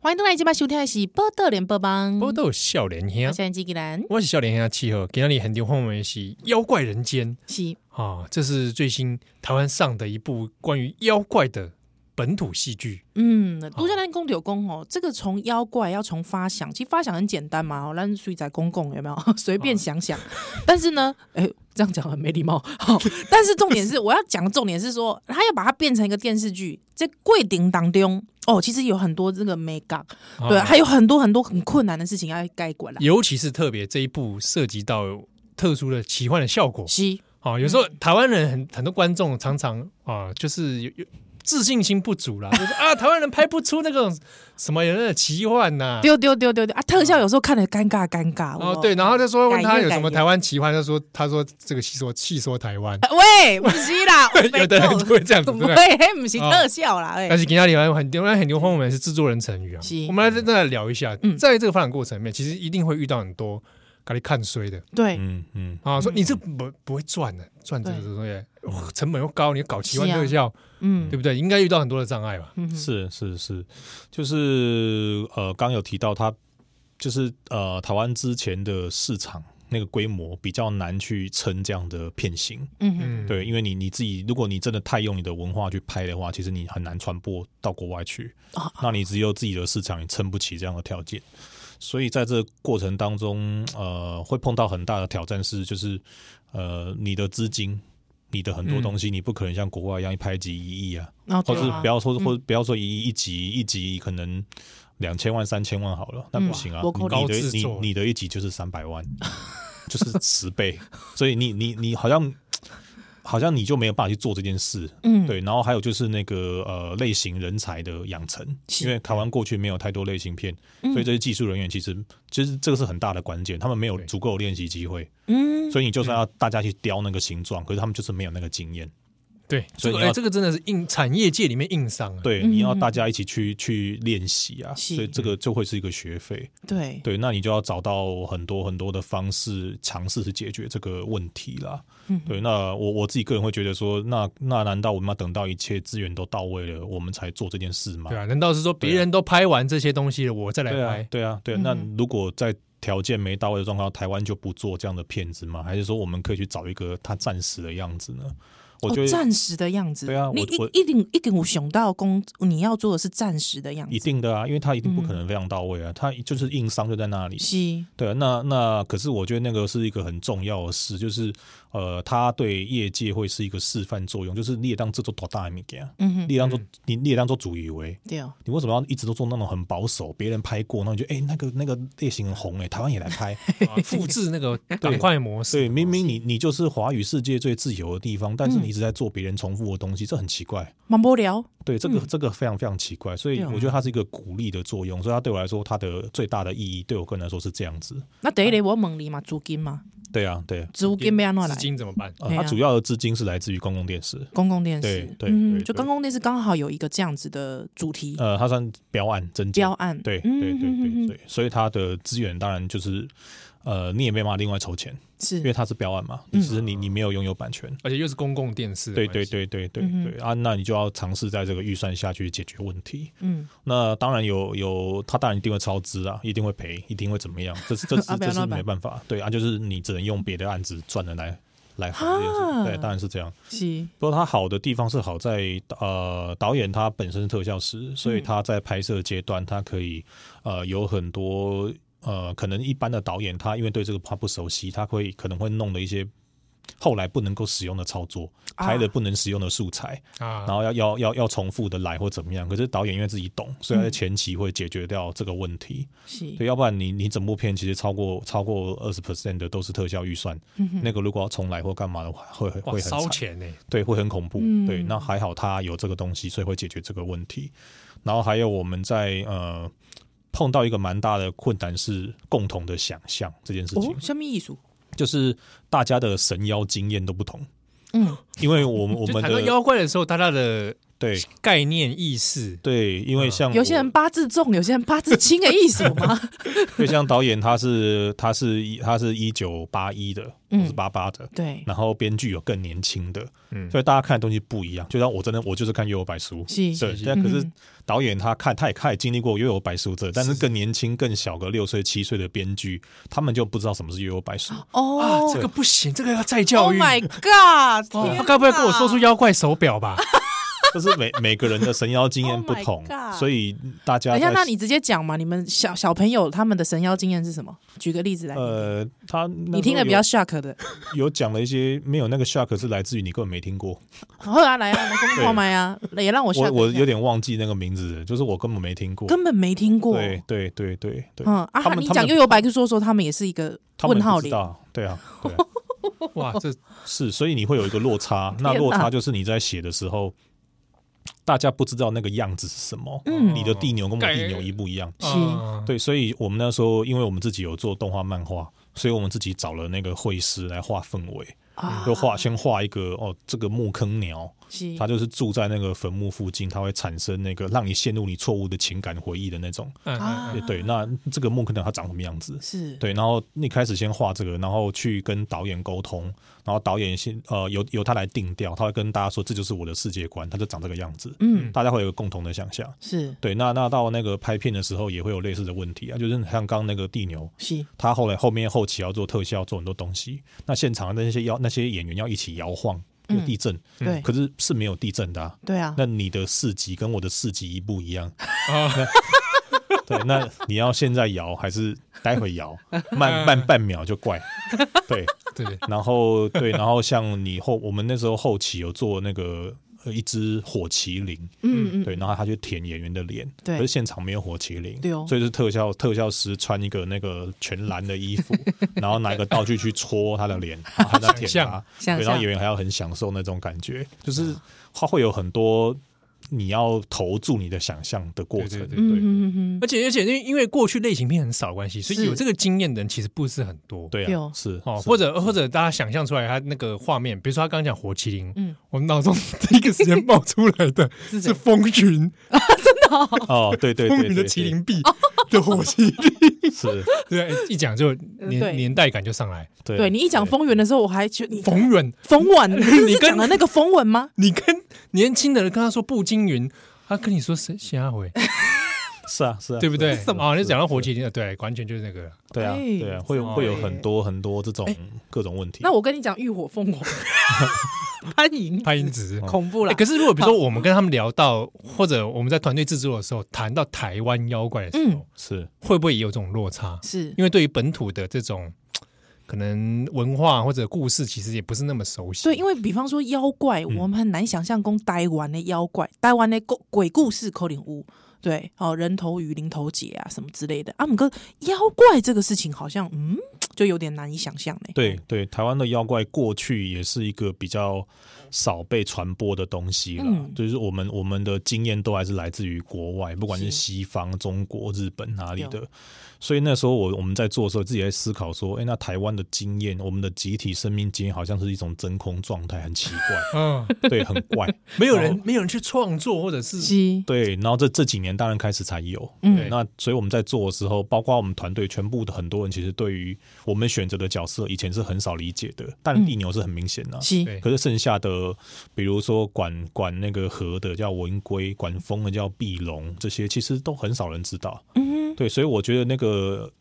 [SPEAKER 3] 欢迎回来今晚收听的是《波特连播帮》，
[SPEAKER 2] 波特有笑脸
[SPEAKER 3] 我
[SPEAKER 2] 兄，
[SPEAKER 3] 是机器人，
[SPEAKER 2] 我是笑脸兄七号，今天你很丢我们是《妖怪人间
[SPEAKER 3] 是》
[SPEAKER 2] 啊，这是最新台湾上的一部关于妖怪的本土戏剧。
[SPEAKER 3] 嗯，独家咱公有公哦，这个从妖怪要从发想，其实发想很简单嘛，哦，咱水在公共有没有 <laughs> 随便想想？但是呢， <laughs> 哎、这样讲很没礼貌。
[SPEAKER 2] <laughs>
[SPEAKER 3] 好，但是重点是我要讲的重点是说，他要把它变成一个电视剧，在贵顶当中哦，其实有很多这个美感，
[SPEAKER 2] 啊
[SPEAKER 3] 对，还有很多很多很困难的事情要该管啦。
[SPEAKER 2] 尤其是特别这一部涉及到特殊的奇幻的效果
[SPEAKER 3] 是，
[SPEAKER 2] 啊、有时候
[SPEAKER 3] 嗯
[SPEAKER 2] 台湾人很很多观众常常啊、就是有有自信心不足啦，
[SPEAKER 3] <laughs>
[SPEAKER 2] 就是啊，台湾人拍不出那种什么有那个奇幻呐、
[SPEAKER 3] 丢丢丢丢丢啊！特效有时候看得尴尬尴尬。
[SPEAKER 2] 嗯哦
[SPEAKER 3] 我，
[SPEAKER 2] 对，然后就说
[SPEAKER 3] 改
[SPEAKER 2] 问他
[SPEAKER 3] 一个
[SPEAKER 2] 有什
[SPEAKER 3] 改
[SPEAKER 2] 么
[SPEAKER 3] 一个
[SPEAKER 2] 台湾奇幻，他说他说这个戏说戏说台
[SPEAKER 3] <laughs>
[SPEAKER 2] 湾，，
[SPEAKER 3] 呃喂，不是啦
[SPEAKER 2] <laughs> 有的人就会这样子，
[SPEAKER 3] <laughs>
[SPEAKER 2] 对不对？
[SPEAKER 3] 喂，不是特效啦，哎
[SPEAKER 2] 但，是给他聊很牛，很牛，我们是制作人成语啊
[SPEAKER 3] 是。
[SPEAKER 2] 我们来再再来聊一下，
[SPEAKER 3] 嗯
[SPEAKER 2] 在这个发展过程里面，其实一定会遇到很多咖喱看衰的，
[SPEAKER 3] 对，
[SPEAKER 4] 嗯嗯
[SPEAKER 2] 啊，说你这不不会赚的，赚这个东西哦成本又高，你搞奇幻
[SPEAKER 3] 是啊
[SPEAKER 2] 特效，
[SPEAKER 3] 嗯
[SPEAKER 2] 对不对？应该遇到很多的障碍吧？
[SPEAKER 3] 嗯哼
[SPEAKER 4] 是是是，就是呃，刚有提到它，就是呃，台湾之前的市场那个规模比较难去撑这样的片型，
[SPEAKER 3] 嗯哼。
[SPEAKER 2] 嗯，
[SPEAKER 4] 对，因为你你自己，如果你真的太用你的文化去拍的话，其实你很难传播到国外去，
[SPEAKER 3] 啊
[SPEAKER 4] 那你只有自己的市场，你撑不起这样的条件。所以在这个过程当中，呃，会碰到很大的挑战是，就是呃，你的资金你的很多东西，你不可能像国外一样一拍即一亿啊，
[SPEAKER 3] 然后
[SPEAKER 4] 或
[SPEAKER 3] 对
[SPEAKER 4] 是
[SPEAKER 3] 啊
[SPEAKER 4] 不要说，
[SPEAKER 3] 嗯
[SPEAKER 4] 或者不要说一亿一集一集可能两千万三千万好了，那不行啊，
[SPEAKER 3] 嗯不可
[SPEAKER 4] 你
[SPEAKER 2] 能
[SPEAKER 4] 你的
[SPEAKER 2] 高制
[SPEAKER 4] 你
[SPEAKER 2] 作
[SPEAKER 4] 你的一集就是三百万， <laughs> 就是十倍，所以你你你好像好像你就没有办法去做这件事，
[SPEAKER 3] 嗯，
[SPEAKER 4] 对，然后还有就是那个呃类型人才的养成，
[SPEAKER 3] 是
[SPEAKER 4] 因为台湾过去没有太多类型片，
[SPEAKER 3] 嗯
[SPEAKER 4] 所以这些技术人员其实其实这个是很大的关键，他们没有
[SPEAKER 2] 对
[SPEAKER 4] 足够的练习机会，
[SPEAKER 3] 嗯，
[SPEAKER 4] 所以你就算要大家去雕那个形状，可是他们就是没有那个经验。
[SPEAKER 2] 对，
[SPEAKER 4] 所
[SPEAKER 2] 这
[SPEAKER 4] 以
[SPEAKER 2] 个
[SPEAKER 4] 你要
[SPEAKER 2] 哎这个真的是硬产业界里面硬伤啊。
[SPEAKER 4] 对，
[SPEAKER 3] 嗯
[SPEAKER 4] 你要大家一起去去练习啊，
[SPEAKER 3] 是
[SPEAKER 4] 所以这个就会是一个学费。
[SPEAKER 3] 对，
[SPEAKER 4] 对，那你就要找到很多很多的方式尝试去解决这个问题啦。
[SPEAKER 3] 嗯
[SPEAKER 4] 对，那我我自己个人会觉得说，那那难道我们要等到一切资源都到位了，我们才做这件事吗
[SPEAKER 2] 对？啊，难道是说别人都拍完这些东西了，我再来
[SPEAKER 4] 对
[SPEAKER 2] 拍
[SPEAKER 4] 啊？，对啊，对啊。
[SPEAKER 3] 嗯
[SPEAKER 4] 那
[SPEAKER 3] 哼
[SPEAKER 4] 如果在条件没到位的状况，台湾就不做这样的片子吗？还是说我们可以去找一个它暂时的样子呢？我觉
[SPEAKER 3] 哦
[SPEAKER 4] 得
[SPEAKER 3] 暂时的样子，
[SPEAKER 4] 对啊
[SPEAKER 3] 你
[SPEAKER 4] 我我
[SPEAKER 3] 一一定一定有想到工，你要做的是暂时的样
[SPEAKER 4] 一
[SPEAKER 3] 子，
[SPEAKER 4] 定的啊，因为它一定不
[SPEAKER 3] 嗯
[SPEAKER 4] 可能非常到位啊，它就是硬伤就在那里。
[SPEAKER 3] 是，
[SPEAKER 4] 对啊，那那可是我觉得那个是一个很重要的事，就是呃，它对业界会是一个示范作用，就是你也当这做多大的物件，
[SPEAKER 3] 嗯哼
[SPEAKER 4] 你，也当做你你也当做主以为，
[SPEAKER 3] 对哦，
[SPEAKER 4] 你为什么要一直都做那种很保守，别人拍过，那你就哎、那个那个类型很红哎、台湾也
[SPEAKER 3] <laughs>
[SPEAKER 4] 来拍，
[SPEAKER 2] 啊复制那个板块模式，
[SPEAKER 4] 对，明
[SPEAKER 3] 哦
[SPEAKER 4] 明你你就是华语世界最自由的地方，但
[SPEAKER 3] 嗯
[SPEAKER 4] 是你一直在做别人重复的东西，这很奇怪。
[SPEAKER 3] 蛮无聊，
[SPEAKER 4] 对，这个、
[SPEAKER 3] 嗯
[SPEAKER 4] 这个非常非常奇怪，所以
[SPEAKER 3] 对啊
[SPEAKER 4] 我觉得它是一个鼓励的作用，所以它对我来说，它的最大的意义对我个人来说是这样子。
[SPEAKER 3] 那第一个我问你嘛，租金嘛，
[SPEAKER 4] 对啊，对啊，
[SPEAKER 3] 租金要安怎
[SPEAKER 2] 资
[SPEAKER 3] 来？
[SPEAKER 2] 金怎么办？
[SPEAKER 4] 呃
[SPEAKER 3] 对啊
[SPEAKER 4] 它主要的资金是来自于公共电视，
[SPEAKER 3] 公共电
[SPEAKER 4] 对
[SPEAKER 3] 视，
[SPEAKER 4] 对对
[SPEAKER 3] 嗯，就
[SPEAKER 4] 对
[SPEAKER 3] 公共电视刚好有一个这样子的主题
[SPEAKER 4] 呃，它算标案增
[SPEAKER 3] 嗯标
[SPEAKER 4] 加，
[SPEAKER 3] 案，
[SPEAKER 4] 对
[SPEAKER 3] 嗯
[SPEAKER 4] 对对
[SPEAKER 3] 嗯嗯
[SPEAKER 4] 对
[SPEAKER 3] 嗯
[SPEAKER 4] 对，所以它的资源当然就是。呃，你也没办法另外筹钱，因为
[SPEAKER 3] 是，
[SPEAKER 4] 它是标案嘛，
[SPEAKER 3] 嗯
[SPEAKER 4] 其实你你没有拥有版权，
[SPEAKER 2] 而且又是公共电视的
[SPEAKER 4] 对
[SPEAKER 2] 关系，
[SPEAKER 4] 对对对对
[SPEAKER 3] 嗯哼
[SPEAKER 4] 对啊，那你就要尝试在这个预算下去解决问题。
[SPEAKER 3] 嗯，
[SPEAKER 4] 那当然有有，他当然一定会超支啊，一定会赔，一定会怎么样？
[SPEAKER 3] <laughs>
[SPEAKER 4] 这是这
[SPEAKER 3] 啊
[SPEAKER 4] 是
[SPEAKER 3] 不
[SPEAKER 4] 这
[SPEAKER 3] 要
[SPEAKER 4] 是
[SPEAKER 3] 乱摆
[SPEAKER 4] 没办法，对啊，就是你只能用别的案子赚的来来还这件
[SPEAKER 3] 啊
[SPEAKER 4] 事，对，当然是这样。
[SPEAKER 3] 是，
[SPEAKER 4] 不过它好的地方是好在呃，导演他本身是特效师，
[SPEAKER 3] 嗯
[SPEAKER 4] 所以他在拍摄阶段，他可以呃有很多呃，可能一般的导演他因为对这个他不熟悉，他会可能会弄的一些后来不能够使用的操作，
[SPEAKER 3] 啊嗯
[SPEAKER 4] 拍了不能使用的素材。然
[SPEAKER 2] 啊，
[SPEAKER 4] 后要要要要重复的来或怎么样。可是导演因为自己懂，所以他在前期会解决掉这个问题。
[SPEAKER 3] 是，哦
[SPEAKER 4] 对，要不然你你整部片其实超过超过二十 percent 的都是特效预算，
[SPEAKER 3] 嗯哼
[SPEAKER 4] 那个如果要重来或干嘛的话，会会
[SPEAKER 2] 哇，
[SPEAKER 4] 会很
[SPEAKER 2] 烧
[SPEAKER 4] 惨
[SPEAKER 2] 钱呢，
[SPEAKER 4] 对，会很恐怖。
[SPEAKER 3] 嗯
[SPEAKER 4] 对，那还好他有这个东西，所以会解决这个问题。然后还有我们在呃碰到一个蛮大的困难是共同的想象这件事情，
[SPEAKER 3] 哦，什么艺术？
[SPEAKER 4] 就是大家的神妖经验都不同，
[SPEAKER 3] 嗯，
[SPEAKER 4] 因为
[SPEAKER 3] <laughs>
[SPEAKER 4] 我们我
[SPEAKER 2] 就
[SPEAKER 4] 们
[SPEAKER 2] 谈到
[SPEAKER 4] 的
[SPEAKER 2] 妖怪的时候，大家的
[SPEAKER 4] 对。
[SPEAKER 2] 概念意识，
[SPEAKER 4] 对，因为像
[SPEAKER 3] 嗯有些
[SPEAKER 4] 我
[SPEAKER 3] 人八字重，有些人八字轻的艺术嘛，
[SPEAKER 4] <laughs> 因为像导演他是他是一他是一九八一的，
[SPEAKER 3] 嗯
[SPEAKER 4] 我是八八的，
[SPEAKER 3] 对，
[SPEAKER 4] 然后编剧有更年轻的，
[SPEAKER 2] 嗯，
[SPEAKER 4] 所以大家看的东西不一样。就像我真的我就是看《幽游白书》，
[SPEAKER 3] 是
[SPEAKER 4] 对
[SPEAKER 2] 是，
[SPEAKER 4] 但可是
[SPEAKER 3] 嗯
[SPEAKER 4] 导演他看他也他也经历过《幽游白书》这，但是更年轻更小个六岁七岁的编剧，他们就不知道什么是《幽游
[SPEAKER 3] <laughs>
[SPEAKER 4] 白书》。
[SPEAKER 2] 啊，
[SPEAKER 3] 哦
[SPEAKER 2] 这个不行，这个要再教
[SPEAKER 3] ，Oh
[SPEAKER 2] 育。
[SPEAKER 3] my God，
[SPEAKER 2] 哦
[SPEAKER 3] 天
[SPEAKER 2] 他该不会跟我
[SPEAKER 3] 哪
[SPEAKER 2] 说出妖怪手表吧？
[SPEAKER 4] 就是每每个人的神妖经验不同
[SPEAKER 3] Oh my，god
[SPEAKER 4] 所以大家
[SPEAKER 3] 等一下，
[SPEAKER 4] 在
[SPEAKER 3] 那你直接讲嘛？你们小小朋友他们的神妖经验是什么？举个例子来听听，
[SPEAKER 4] 呃，他
[SPEAKER 3] 你听的比较 shock 的。
[SPEAKER 4] 有讲了一些没有那个 shock 是来自于你根本没听过。
[SPEAKER 3] 好啊，来啊，来公公麦啊，也让我 shock
[SPEAKER 4] 我我
[SPEAKER 3] 一下
[SPEAKER 4] 有点忘记那个名字了，就是我根本没听过。
[SPEAKER 3] 根本没听过。
[SPEAKER 4] 对对对对对，
[SPEAKER 3] 嗯，啊
[SPEAKER 4] 他，们
[SPEAKER 3] 你
[SPEAKER 4] 他
[SPEAKER 3] 讲
[SPEAKER 4] 们
[SPEAKER 3] 悠悠白就说说他们也是一个
[SPEAKER 4] 他们
[SPEAKER 3] 问号
[SPEAKER 4] 不知
[SPEAKER 3] 脸，。
[SPEAKER 4] 道，对啊，对啊，
[SPEAKER 2] 哇，这
[SPEAKER 4] 是，所以你会有一个落差那
[SPEAKER 3] <laughs> 天
[SPEAKER 4] 落
[SPEAKER 3] 哪
[SPEAKER 4] 差就是你在写的时候，大家不知道那个样子是什么，
[SPEAKER 3] 嗯
[SPEAKER 4] 你的地牛跟我
[SPEAKER 2] 改
[SPEAKER 4] 地牛一不一样？
[SPEAKER 2] 啊，
[SPEAKER 4] 对，所以我们那时候，因为我们自己有做动画漫画，所以我们自己找了那个绘师来画氛围，
[SPEAKER 3] 啊嗯
[SPEAKER 4] 就画先画一个哦，这个木坑鸟，
[SPEAKER 3] 是
[SPEAKER 4] 它就是住在那个坟墓附近，它会产生那个让你陷入你错误的情感回忆的那种。
[SPEAKER 2] 嗯嗯
[SPEAKER 3] 啊
[SPEAKER 2] 嗯，
[SPEAKER 4] 对，那这个木坑鸟它长什么样子？
[SPEAKER 3] 是，
[SPEAKER 4] 对，然后一开始先画这个，然后去跟导演沟通，然后导演先呃由由他来定调，他会跟大家说这就是我的世界观，他就长这个样子，
[SPEAKER 3] 嗯，
[SPEAKER 4] 大家会有一个共同的想象。
[SPEAKER 3] 是
[SPEAKER 4] 对，那那到那个拍片的时候也会有类似的问题啊，就是像刚刚那个地牛，
[SPEAKER 3] 是，
[SPEAKER 4] 他后来后面后期要做特效，做很多东西，那现场的那些要那些演员要一起摇晃，有地震，
[SPEAKER 3] 嗯对
[SPEAKER 4] 可是是没有地震的、啊，
[SPEAKER 3] 对啊，
[SPEAKER 4] 那你的四级跟我的四级一不一样？
[SPEAKER 3] 哦
[SPEAKER 2] 啊
[SPEAKER 4] 对，
[SPEAKER 3] <laughs> 嗯
[SPEAKER 4] 那你要现在摇还是待会摇？慢慢半秒就怪。对，
[SPEAKER 2] 对，
[SPEAKER 4] 然后对，然后像你后我们那时候后期有做那个呃一只火麒麟，
[SPEAKER 3] 嗯
[SPEAKER 4] 对，
[SPEAKER 3] 嗯，
[SPEAKER 4] 然后他去舔演员的脸，
[SPEAKER 3] 对
[SPEAKER 4] 可是现场没有火麒麟，
[SPEAKER 3] 对哦
[SPEAKER 4] 所以是特效特效师穿一个那个全蓝的衣服，
[SPEAKER 3] <laughs>
[SPEAKER 4] 然后拿一个道具去戳他的脸，然后他舔
[SPEAKER 2] 想
[SPEAKER 4] 他，
[SPEAKER 3] 象想
[SPEAKER 4] 对，然
[SPEAKER 3] 象
[SPEAKER 4] 后演员还要很享受那种感觉，
[SPEAKER 2] 嗯
[SPEAKER 4] 就是他会有很多你要投注你的想象的过程，
[SPEAKER 2] 对对
[SPEAKER 3] 嗯嗯嗯
[SPEAKER 2] 而且而且因为因为过去类型片很少的关系，所
[SPEAKER 3] 是
[SPEAKER 2] 以有这个经验的人其实不是很多。
[SPEAKER 4] 对
[SPEAKER 3] 对
[SPEAKER 4] 啊
[SPEAKER 3] 哦，
[SPEAKER 4] 是
[SPEAKER 2] 哦，
[SPEAKER 4] 是
[SPEAKER 2] 或者或者大家想象出来他那个画面，比如说他刚刚讲火麒麟，
[SPEAKER 3] 嗯
[SPEAKER 2] 嗯，我脑中第一个时间冒出来的
[SPEAKER 3] <laughs> 是谁
[SPEAKER 2] 是风云，
[SPEAKER 4] 哦，对
[SPEAKER 2] <laughs>
[SPEAKER 4] 对
[SPEAKER 2] 风
[SPEAKER 4] 对
[SPEAKER 2] 云
[SPEAKER 4] 对，
[SPEAKER 2] 的
[SPEAKER 4] 对
[SPEAKER 2] 麒麟臂
[SPEAKER 3] 哦
[SPEAKER 2] 的火麒
[SPEAKER 3] <laughs>
[SPEAKER 2] 麟， <laughs>
[SPEAKER 4] 是，
[SPEAKER 2] 对，一讲就
[SPEAKER 3] 呃对
[SPEAKER 2] 年年代感就上来。
[SPEAKER 4] 对
[SPEAKER 3] 嗯，对你一讲
[SPEAKER 4] 对
[SPEAKER 3] 风云的时候，我还觉得你
[SPEAKER 2] 冯远，
[SPEAKER 3] 冯
[SPEAKER 4] <laughs>
[SPEAKER 3] 婉，你是
[SPEAKER 2] 你跟
[SPEAKER 3] 讲的那个冯婉吗？
[SPEAKER 2] 你跟年轻的人跟他说步惊云，他跟你说谁
[SPEAKER 3] <laughs>
[SPEAKER 2] 瞎回，
[SPEAKER 4] 是啊是啊，
[SPEAKER 2] 对不对？
[SPEAKER 4] 是
[SPEAKER 2] 啊，你讲到火
[SPEAKER 4] 是
[SPEAKER 2] 麒麟，对，完全就是那个。
[SPEAKER 4] 对啊，
[SPEAKER 3] 哎
[SPEAKER 4] 对啊，会有
[SPEAKER 2] 真的
[SPEAKER 4] 会有
[SPEAKER 3] 耶
[SPEAKER 4] 很多很多这种各种问题。
[SPEAKER 3] 那我跟你讲，浴火
[SPEAKER 4] <laughs>
[SPEAKER 3] 凤凰，潘迎
[SPEAKER 2] 拍音子。 <laughs>
[SPEAKER 3] 恐怖啦
[SPEAKER 4] 哎
[SPEAKER 2] 欸。可是如果比如说我们跟他们聊到，或者我们在团队制作的时候谈到台湾妖怪的时候，
[SPEAKER 3] 嗯
[SPEAKER 4] 是
[SPEAKER 2] 会不会也有这种落差？
[SPEAKER 3] 是
[SPEAKER 2] 因为对于本土的这种可能文化或者故事，其实也不是那么熟悉。
[SPEAKER 3] 对，因为比方说妖怪，
[SPEAKER 4] 嗯
[SPEAKER 3] 我们很难想象讲台湾的妖怪，台湾的鬼鬼故事可能有，对，哦，人头鱼、零头姐啊什么之类的。啊，姆哥，妖怪这个事情好像，嗯，就有点难以想象呢。
[SPEAKER 4] 对对，台湾的妖怪过去也是一个比较少被传播的东西啦，
[SPEAKER 3] 嗯
[SPEAKER 4] 就是我们我们的经验都还是来自于国外，不管是
[SPEAKER 3] 是
[SPEAKER 4] 西方、中国、日本哪里
[SPEAKER 3] 有
[SPEAKER 4] 的。所以那时候我我们在做的时候，自己在思考说，哎，那台湾的经验，我们的集体生命经验好像是一种真空状态，很奇
[SPEAKER 3] <laughs>
[SPEAKER 4] 怪，
[SPEAKER 2] 嗯，
[SPEAKER 4] 对，很怪。
[SPEAKER 2] 没有
[SPEAKER 3] 哦
[SPEAKER 2] 人没有人去创作，或者是
[SPEAKER 3] 是，
[SPEAKER 4] 对，然后这这几年当然开始才有，
[SPEAKER 3] 嗯
[SPEAKER 2] 对
[SPEAKER 4] 那所以我们在做的时候，包括我们团队全部的很多人，其实对于我们选择的角色，以前是很少理解的。
[SPEAKER 3] 嗯
[SPEAKER 4] 但地牛是很明显的、啊
[SPEAKER 3] 是，
[SPEAKER 2] 对
[SPEAKER 4] 可是剩下的，比如说管管那个河的叫文龟，管风的叫碧龙，这些其实都很少人知道。
[SPEAKER 3] 嗯哼，
[SPEAKER 4] 对，所以我觉得那个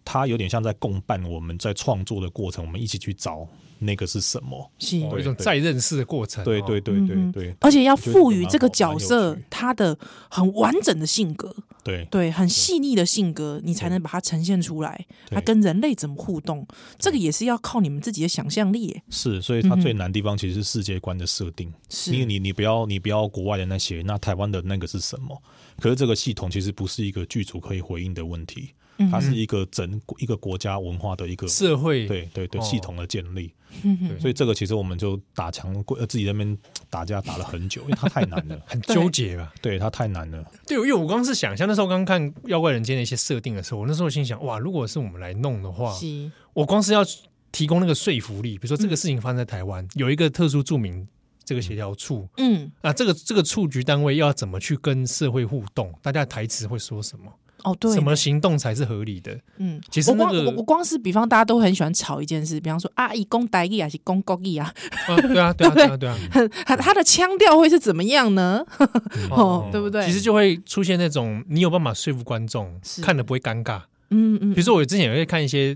[SPEAKER 4] 它有点像在共伴我们在创作的过程，我们一起去找那个是什么。
[SPEAKER 3] 是。
[SPEAKER 2] 有一种再认识的过程。
[SPEAKER 4] 对
[SPEAKER 2] 哦
[SPEAKER 4] 哦对对
[SPEAKER 3] 嗯
[SPEAKER 4] 对
[SPEAKER 3] 哼
[SPEAKER 4] 对
[SPEAKER 3] 而且要赋予这个角
[SPEAKER 4] 我觉得
[SPEAKER 3] 色
[SPEAKER 4] 蛮好蛮有趣
[SPEAKER 3] 他的很完整的性格，
[SPEAKER 4] 对
[SPEAKER 3] 对，很细腻的性格，你才能把它呈现出来。
[SPEAKER 4] 对
[SPEAKER 3] 他跟人类怎么互动，这个也是要靠你们自己的想象力耶。
[SPEAKER 4] 是，所以它最难的地方其实是世界观的设定。
[SPEAKER 3] 是，
[SPEAKER 4] 因为你你不要你不要国外的那些，那台湾的那个是什么？可是这个系统其实不是一个剧组可以回应的问题，
[SPEAKER 3] 嗯
[SPEAKER 4] 它是一个整一个国家文化的一个
[SPEAKER 2] 社会
[SPEAKER 4] 对对对
[SPEAKER 2] 哦，
[SPEAKER 4] 系统的建立。
[SPEAKER 3] 嗯哼
[SPEAKER 4] 所以这个其实我们就打强过呃自己在那边打架打了很久，因为它太难了
[SPEAKER 2] 很纠结吧？
[SPEAKER 4] 对它太难了。
[SPEAKER 2] 对，因为我刚是想象那时候刚看《妖怪人间》的一些设定的时候，我那时候心想，哇，如果是我们来弄的话，
[SPEAKER 3] 是嗯
[SPEAKER 2] 我光是要提供那个说服力，比如说这个事情发生在台湾，有一个特殊著名这个协调处，
[SPEAKER 3] 嗯，
[SPEAKER 2] 啊，这个这个处局单位要怎么去跟社会互动，大家的台词会说什么，
[SPEAKER 3] 哦，对，
[SPEAKER 2] 什么行动才是合理的？
[SPEAKER 3] 嗯，
[SPEAKER 2] 其实
[SPEAKER 3] 我
[SPEAKER 2] 那
[SPEAKER 3] 光
[SPEAKER 2] 个
[SPEAKER 3] 我我光是比方大家都很喜欢吵一件事，比方说阿姨公台语还是公国语啊，
[SPEAKER 2] 啊，对啊，对啊，对
[SPEAKER 3] <laughs>
[SPEAKER 2] 啊，对啊，
[SPEAKER 3] 嗯他他的腔调会是怎么样呢？ <laughs> 哦，对不对？
[SPEAKER 2] 其实就会出现那种你有办法说服观众
[SPEAKER 3] 是
[SPEAKER 2] 看的不会尴尬。
[SPEAKER 3] 嗯嗯，
[SPEAKER 2] 比如说我之前也会看一些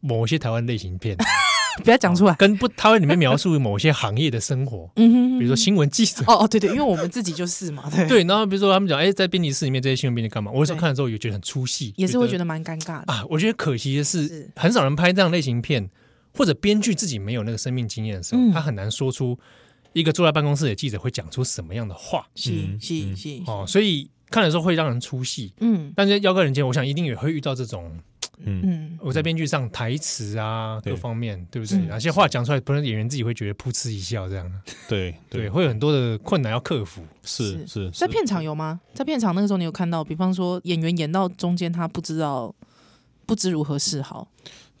[SPEAKER 2] 某些台湾类
[SPEAKER 3] <laughs>
[SPEAKER 2] 型片，
[SPEAKER 3] 不要讲出来，
[SPEAKER 2] 跟不它会里面描述某些行业的生活，
[SPEAKER 3] 嗯哼哼，
[SPEAKER 2] 比如说新闻记者。
[SPEAKER 3] 哦哦对对，因为我们自己就是嘛，对，
[SPEAKER 2] 对，然后比如说他们讲，哎，在编辑室里面这些新闻编辑干嘛？我有时候
[SPEAKER 3] 对
[SPEAKER 2] 看的时候也觉得很出戏，
[SPEAKER 3] 也是会觉得蛮尴尬的，
[SPEAKER 2] 啊，我觉得可惜的是，
[SPEAKER 3] 是
[SPEAKER 2] 很少人拍这样类型片，或者编剧自己没有那个生命经验的时候，
[SPEAKER 3] 嗯
[SPEAKER 2] 他很难说出一个坐在办公室的记者会讲出什么样的话
[SPEAKER 3] 是
[SPEAKER 4] 嗯
[SPEAKER 3] 是
[SPEAKER 4] 嗯
[SPEAKER 3] 是，
[SPEAKER 2] 哦，所以看的时候会让人出戏。
[SPEAKER 3] 嗯
[SPEAKER 2] 但是《妖怪人间》，我想一定也会遇到这种，
[SPEAKER 4] 嗯，
[SPEAKER 3] 嗯，
[SPEAKER 2] 我在编剧上台词啊
[SPEAKER 4] 对
[SPEAKER 2] 各方面，对不对？
[SPEAKER 3] 嗯
[SPEAKER 2] 哪些话讲出来，不然演员自己会觉得噗嗤一笑这样，
[SPEAKER 4] 对
[SPEAKER 2] 对，
[SPEAKER 4] 对
[SPEAKER 2] 会有很多的困难要克服。
[SPEAKER 4] 是
[SPEAKER 3] 是
[SPEAKER 4] 是是
[SPEAKER 3] 在片场有吗？在片场那个时候，你有看到，比方说演员演到中间，他不知道不知如何是好，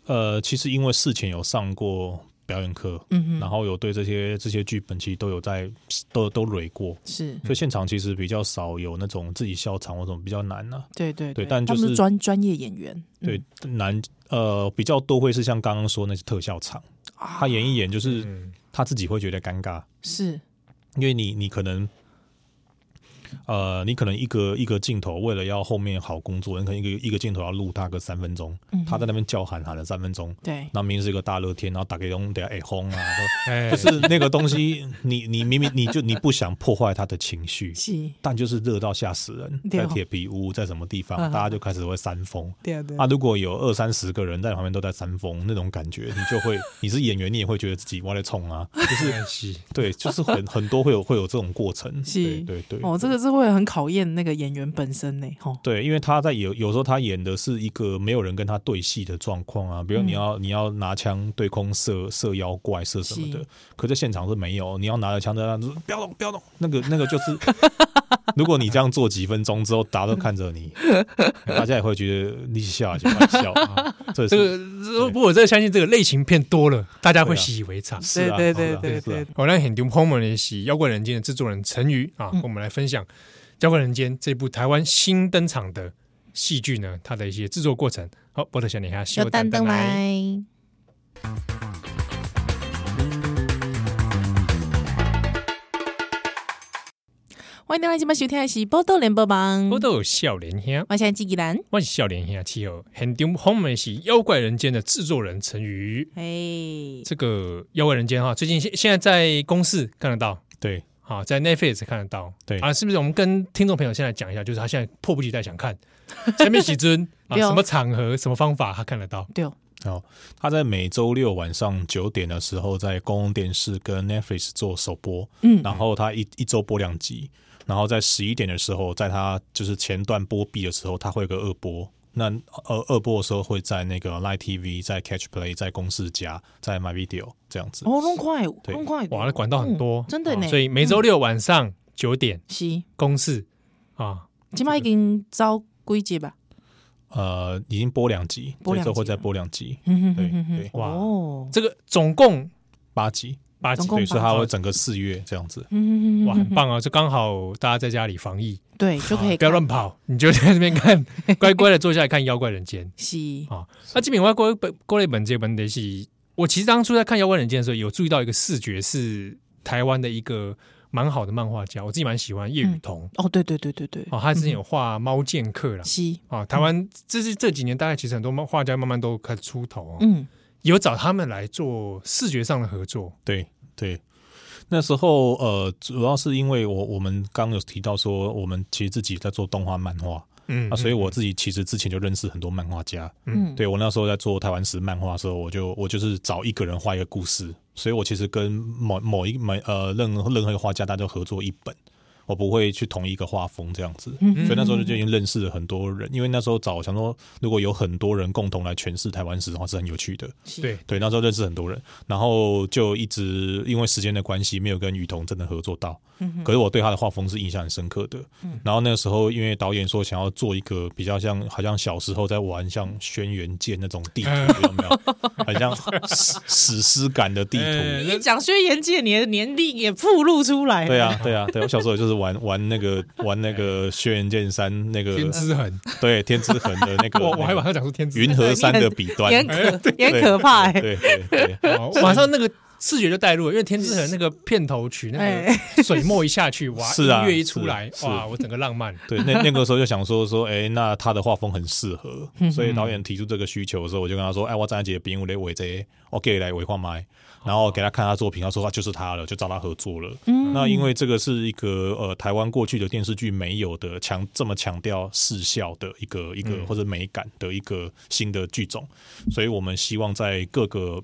[SPEAKER 4] 呃，其实因为事前有上过表演课，
[SPEAKER 3] 嗯
[SPEAKER 4] 然
[SPEAKER 3] 哼，
[SPEAKER 4] 后有对这些这些剧本其实都有在都都蕊过，
[SPEAKER 3] 是
[SPEAKER 4] 所以现场其实比较少有那种自己笑场或什么比较难呢、
[SPEAKER 3] 对对
[SPEAKER 4] 对但
[SPEAKER 3] 他
[SPEAKER 4] 就
[SPEAKER 3] 们
[SPEAKER 4] 是
[SPEAKER 3] 专专业演员，嗯
[SPEAKER 4] 对，难呃比较多会是像刚刚说那些特效场，
[SPEAKER 3] 啊
[SPEAKER 4] 他演一演就是
[SPEAKER 2] 嗯，
[SPEAKER 4] 他自己会觉得尴尬，
[SPEAKER 3] 是
[SPEAKER 4] 因为你你可能呃，你可能一个一个镜头，为了要后面好工作，你可能一个一个镜头要录他个三分钟，
[SPEAKER 3] 嗯
[SPEAKER 4] 他在那边叫喊喊了三分钟，
[SPEAKER 3] 对，
[SPEAKER 4] 那明明是一个大热天，然后打给东等下哎轰啊，
[SPEAKER 2] 哎
[SPEAKER 4] 就， <laughs> 是那个东西，你你明明你就你不想破坏他的情绪，
[SPEAKER 3] 是，
[SPEAKER 4] 但就是热到吓死人，
[SPEAKER 3] 对
[SPEAKER 4] 在
[SPEAKER 3] 哦
[SPEAKER 4] 铁皮屋在什么地方，
[SPEAKER 3] 嗯
[SPEAKER 4] 大家就开始会煽风。
[SPEAKER 3] 对啊对
[SPEAKER 4] 啊，如果有二三十个人在你旁边都在煽风，那种感觉，你就会，你是演员，你也会觉得自己往在冲啊，
[SPEAKER 2] 就是
[SPEAKER 4] 对，就是很 <laughs> 很多会有会有这种过程，
[SPEAKER 3] 是
[SPEAKER 4] 对对对。
[SPEAKER 3] 哦，这个是会很考验那个演员本身呢，
[SPEAKER 2] <laughs>
[SPEAKER 3] 吼，
[SPEAKER 4] 对，因为他在有有时候他演的是一个没有人跟他对戏的状况啊，比
[SPEAKER 3] 嗯
[SPEAKER 4] 如你要、你要拿枪对空射射妖怪射什么的
[SPEAKER 3] 是，
[SPEAKER 4] 可在现场是没有，你要拿着枪在那说不要动不要动，那个那个
[SPEAKER 3] <laughs>
[SPEAKER 4] 就是，如果你这样做几分钟之后，大家都看着你，大家也会觉得你笑什么笑啊，
[SPEAKER 3] <laughs>
[SPEAKER 4] 这
[SPEAKER 2] 这
[SPEAKER 4] 是
[SPEAKER 2] 个，这不过我真的相信这个类型片多了，大家会习以为常。
[SPEAKER 4] 是啊，
[SPEAKER 3] 对
[SPEAKER 4] 是
[SPEAKER 3] 对
[SPEAKER 4] 啊
[SPEAKER 3] 对
[SPEAKER 4] 是啊
[SPEAKER 3] 对对，
[SPEAKER 2] 好，那很丢朋友们的是《妖怪人间》的制作人陈瑜啊，跟我们来分享《妖怪人间》这部台湾新登场的戏剧呢，它的一些制作过程。好，波特小你还
[SPEAKER 1] 小蛋灯
[SPEAKER 2] 来。
[SPEAKER 1] 来，
[SPEAKER 3] 欢迎大家今晚收听的是《报道联播榜
[SPEAKER 2] 波》，特有笑脸兄，
[SPEAKER 3] 我是纪纪
[SPEAKER 2] <laughs>
[SPEAKER 3] 兰，
[SPEAKER 2] 我是笑脸兄，气候很丢朋友们是《妖怪人间》的制作人陈瑜。
[SPEAKER 3] 哎，
[SPEAKER 2] 这个《妖怪人间》哈，最近现现在在公视看得到。
[SPEAKER 4] 对
[SPEAKER 2] 啊，在 Netflix 看得到，
[SPEAKER 4] 对
[SPEAKER 2] 啊，是不是？我们跟听众朋友现在讲一下，就是他现在迫不及待想看
[SPEAKER 3] <laughs>
[SPEAKER 2] 下面几尊啊，
[SPEAKER 3] 对哦
[SPEAKER 2] 什么场合、什么方法他看得到？
[SPEAKER 3] 对哦，
[SPEAKER 4] 好，他在每周六晚上九点的时候，在公共电视跟 Netflix 做首播，
[SPEAKER 3] 嗯
[SPEAKER 4] 然后他一一周播两集，然后在十一点的时候，在他就是前段播闭的时候，他会有个二播。那呃二播的时候会在那个 Live TV、在 Catch Play、在公式家、在 My Video 这样子。
[SPEAKER 3] 哦，弄快，
[SPEAKER 4] 对
[SPEAKER 3] 弄快，
[SPEAKER 2] 哇，那管道很多，
[SPEAKER 3] 嗯真的
[SPEAKER 2] 啊
[SPEAKER 3] 呢嗯
[SPEAKER 2] 所以每周六晚上九点
[SPEAKER 3] 是，
[SPEAKER 2] 公示啊，
[SPEAKER 3] 今晚已经招几集吧？
[SPEAKER 4] 呃，已经播两集，
[SPEAKER 3] 播
[SPEAKER 4] 这
[SPEAKER 3] 两集
[SPEAKER 4] 周会再播两集，
[SPEAKER 3] 嗯
[SPEAKER 4] 对对，
[SPEAKER 2] 哇
[SPEAKER 3] <laughs> 哦，
[SPEAKER 2] 这个总共
[SPEAKER 4] 八集，
[SPEAKER 2] 八集
[SPEAKER 3] 总，共
[SPEAKER 4] 对，
[SPEAKER 3] 八
[SPEAKER 4] 所以他会整个四月这
[SPEAKER 3] <laughs>
[SPEAKER 4] 样子。
[SPEAKER 3] 嗯
[SPEAKER 2] 哇，很，棒啊！就刚好大家在家里防疫，
[SPEAKER 3] 对，就可以
[SPEAKER 2] 不要乱跑，你就在这边看，
[SPEAKER 3] <laughs>
[SPEAKER 2] 乖乖的坐下来看《妖怪人间》
[SPEAKER 3] 吸，
[SPEAKER 2] 啊。那基本外国本国内本这本的是，我其实当初在看《妖怪人间》的时候，有注意到一个视觉是台湾的一个蛮好的漫画家，我自己蛮喜欢叶雨桐
[SPEAKER 3] 哦，对对对对对，嗯
[SPEAKER 2] 啊，他之前有画《猫剑客》啦。
[SPEAKER 3] 吸，
[SPEAKER 2] 啊，台湾这是这几年，大概其实很多漫画家慢慢都开始出头、哦，
[SPEAKER 3] 嗯，
[SPEAKER 2] 有找他们来做视觉上的合作，
[SPEAKER 4] 对对，那时候呃，主要是因为我我们刚有提到说，我们其实自己在做动画漫画
[SPEAKER 2] 嗯
[SPEAKER 4] 啊，所以我自己其实之前就认识很多漫画家。
[SPEAKER 3] 嗯
[SPEAKER 4] 对我那时候在做台湾史漫画的时候，我就我就是找一个人画一个故事，所以我其实跟某某一某呃任任何一个画家，大家都合作一本。我不会去同一个画风这样子，
[SPEAKER 2] 嗯
[SPEAKER 3] 嗯
[SPEAKER 4] 所以那时候就已经认识了很多人。因为那时候找想说，如果有很多人共同来诠释台湾史的话，是很有趣的。
[SPEAKER 3] 嗯
[SPEAKER 2] 对，
[SPEAKER 4] 对，那时候认识很多人，然后就一直因为时间的关系，没有跟雨桐真的合作到。
[SPEAKER 2] 嗯
[SPEAKER 4] 可是我对他的画风是印象很深刻的。然后那个时候，因为导演说想要做一个比较像，好像小时候在玩像《轩辕剑》那种地图，
[SPEAKER 2] 嗯
[SPEAKER 4] 有没有？很像史史诗感的地
[SPEAKER 2] 哎
[SPEAKER 4] 图。
[SPEAKER 3] 你讲薛岩界，你的年龄也暴露出来，
[SPEAKER 4] 对，啊，对啊，对啊，我小时候就是玩玩那个玩那个《轩辕剑三》那个
[SPEAKER 2] 天之痕，哦
[SPEAKER 4] 对天之痕的那个，
[SPEAKER 2] 我我还把它讲出天之
[SPEAKER 4] 哦云和山的彼端
[SPEAKER 3] 也，很可，也很可怕，哎，
[SPEAKER 4] 对对对。
[SPEAKER 2] 痕，哦马上那个视觉就带入了，因为天之痕那个片头曲，那个水墨一下去，哇，
[SPEAKER 4] <laughs> 是啊
[SPEAKER 2] 音乐一出来，
[SPEAKER 4] 是
[SPEAKER 2] 哇，我整个浪漫，
[SPEAKER 4] 对，那那个时候就想说说，哎、那他的画风很适合，所以导演提出这个需求的时候，我就跟他说，哎，我站在姐边，我来围这个，我给你来围画麦，然后给他看他作品，他说啊，就是他了，就找他合作了。那因为这个是一个呃台湾过去的电视剧没有的强这么强调视效的一个一个、或者美感的一个新的剧种，所以我们希望在各个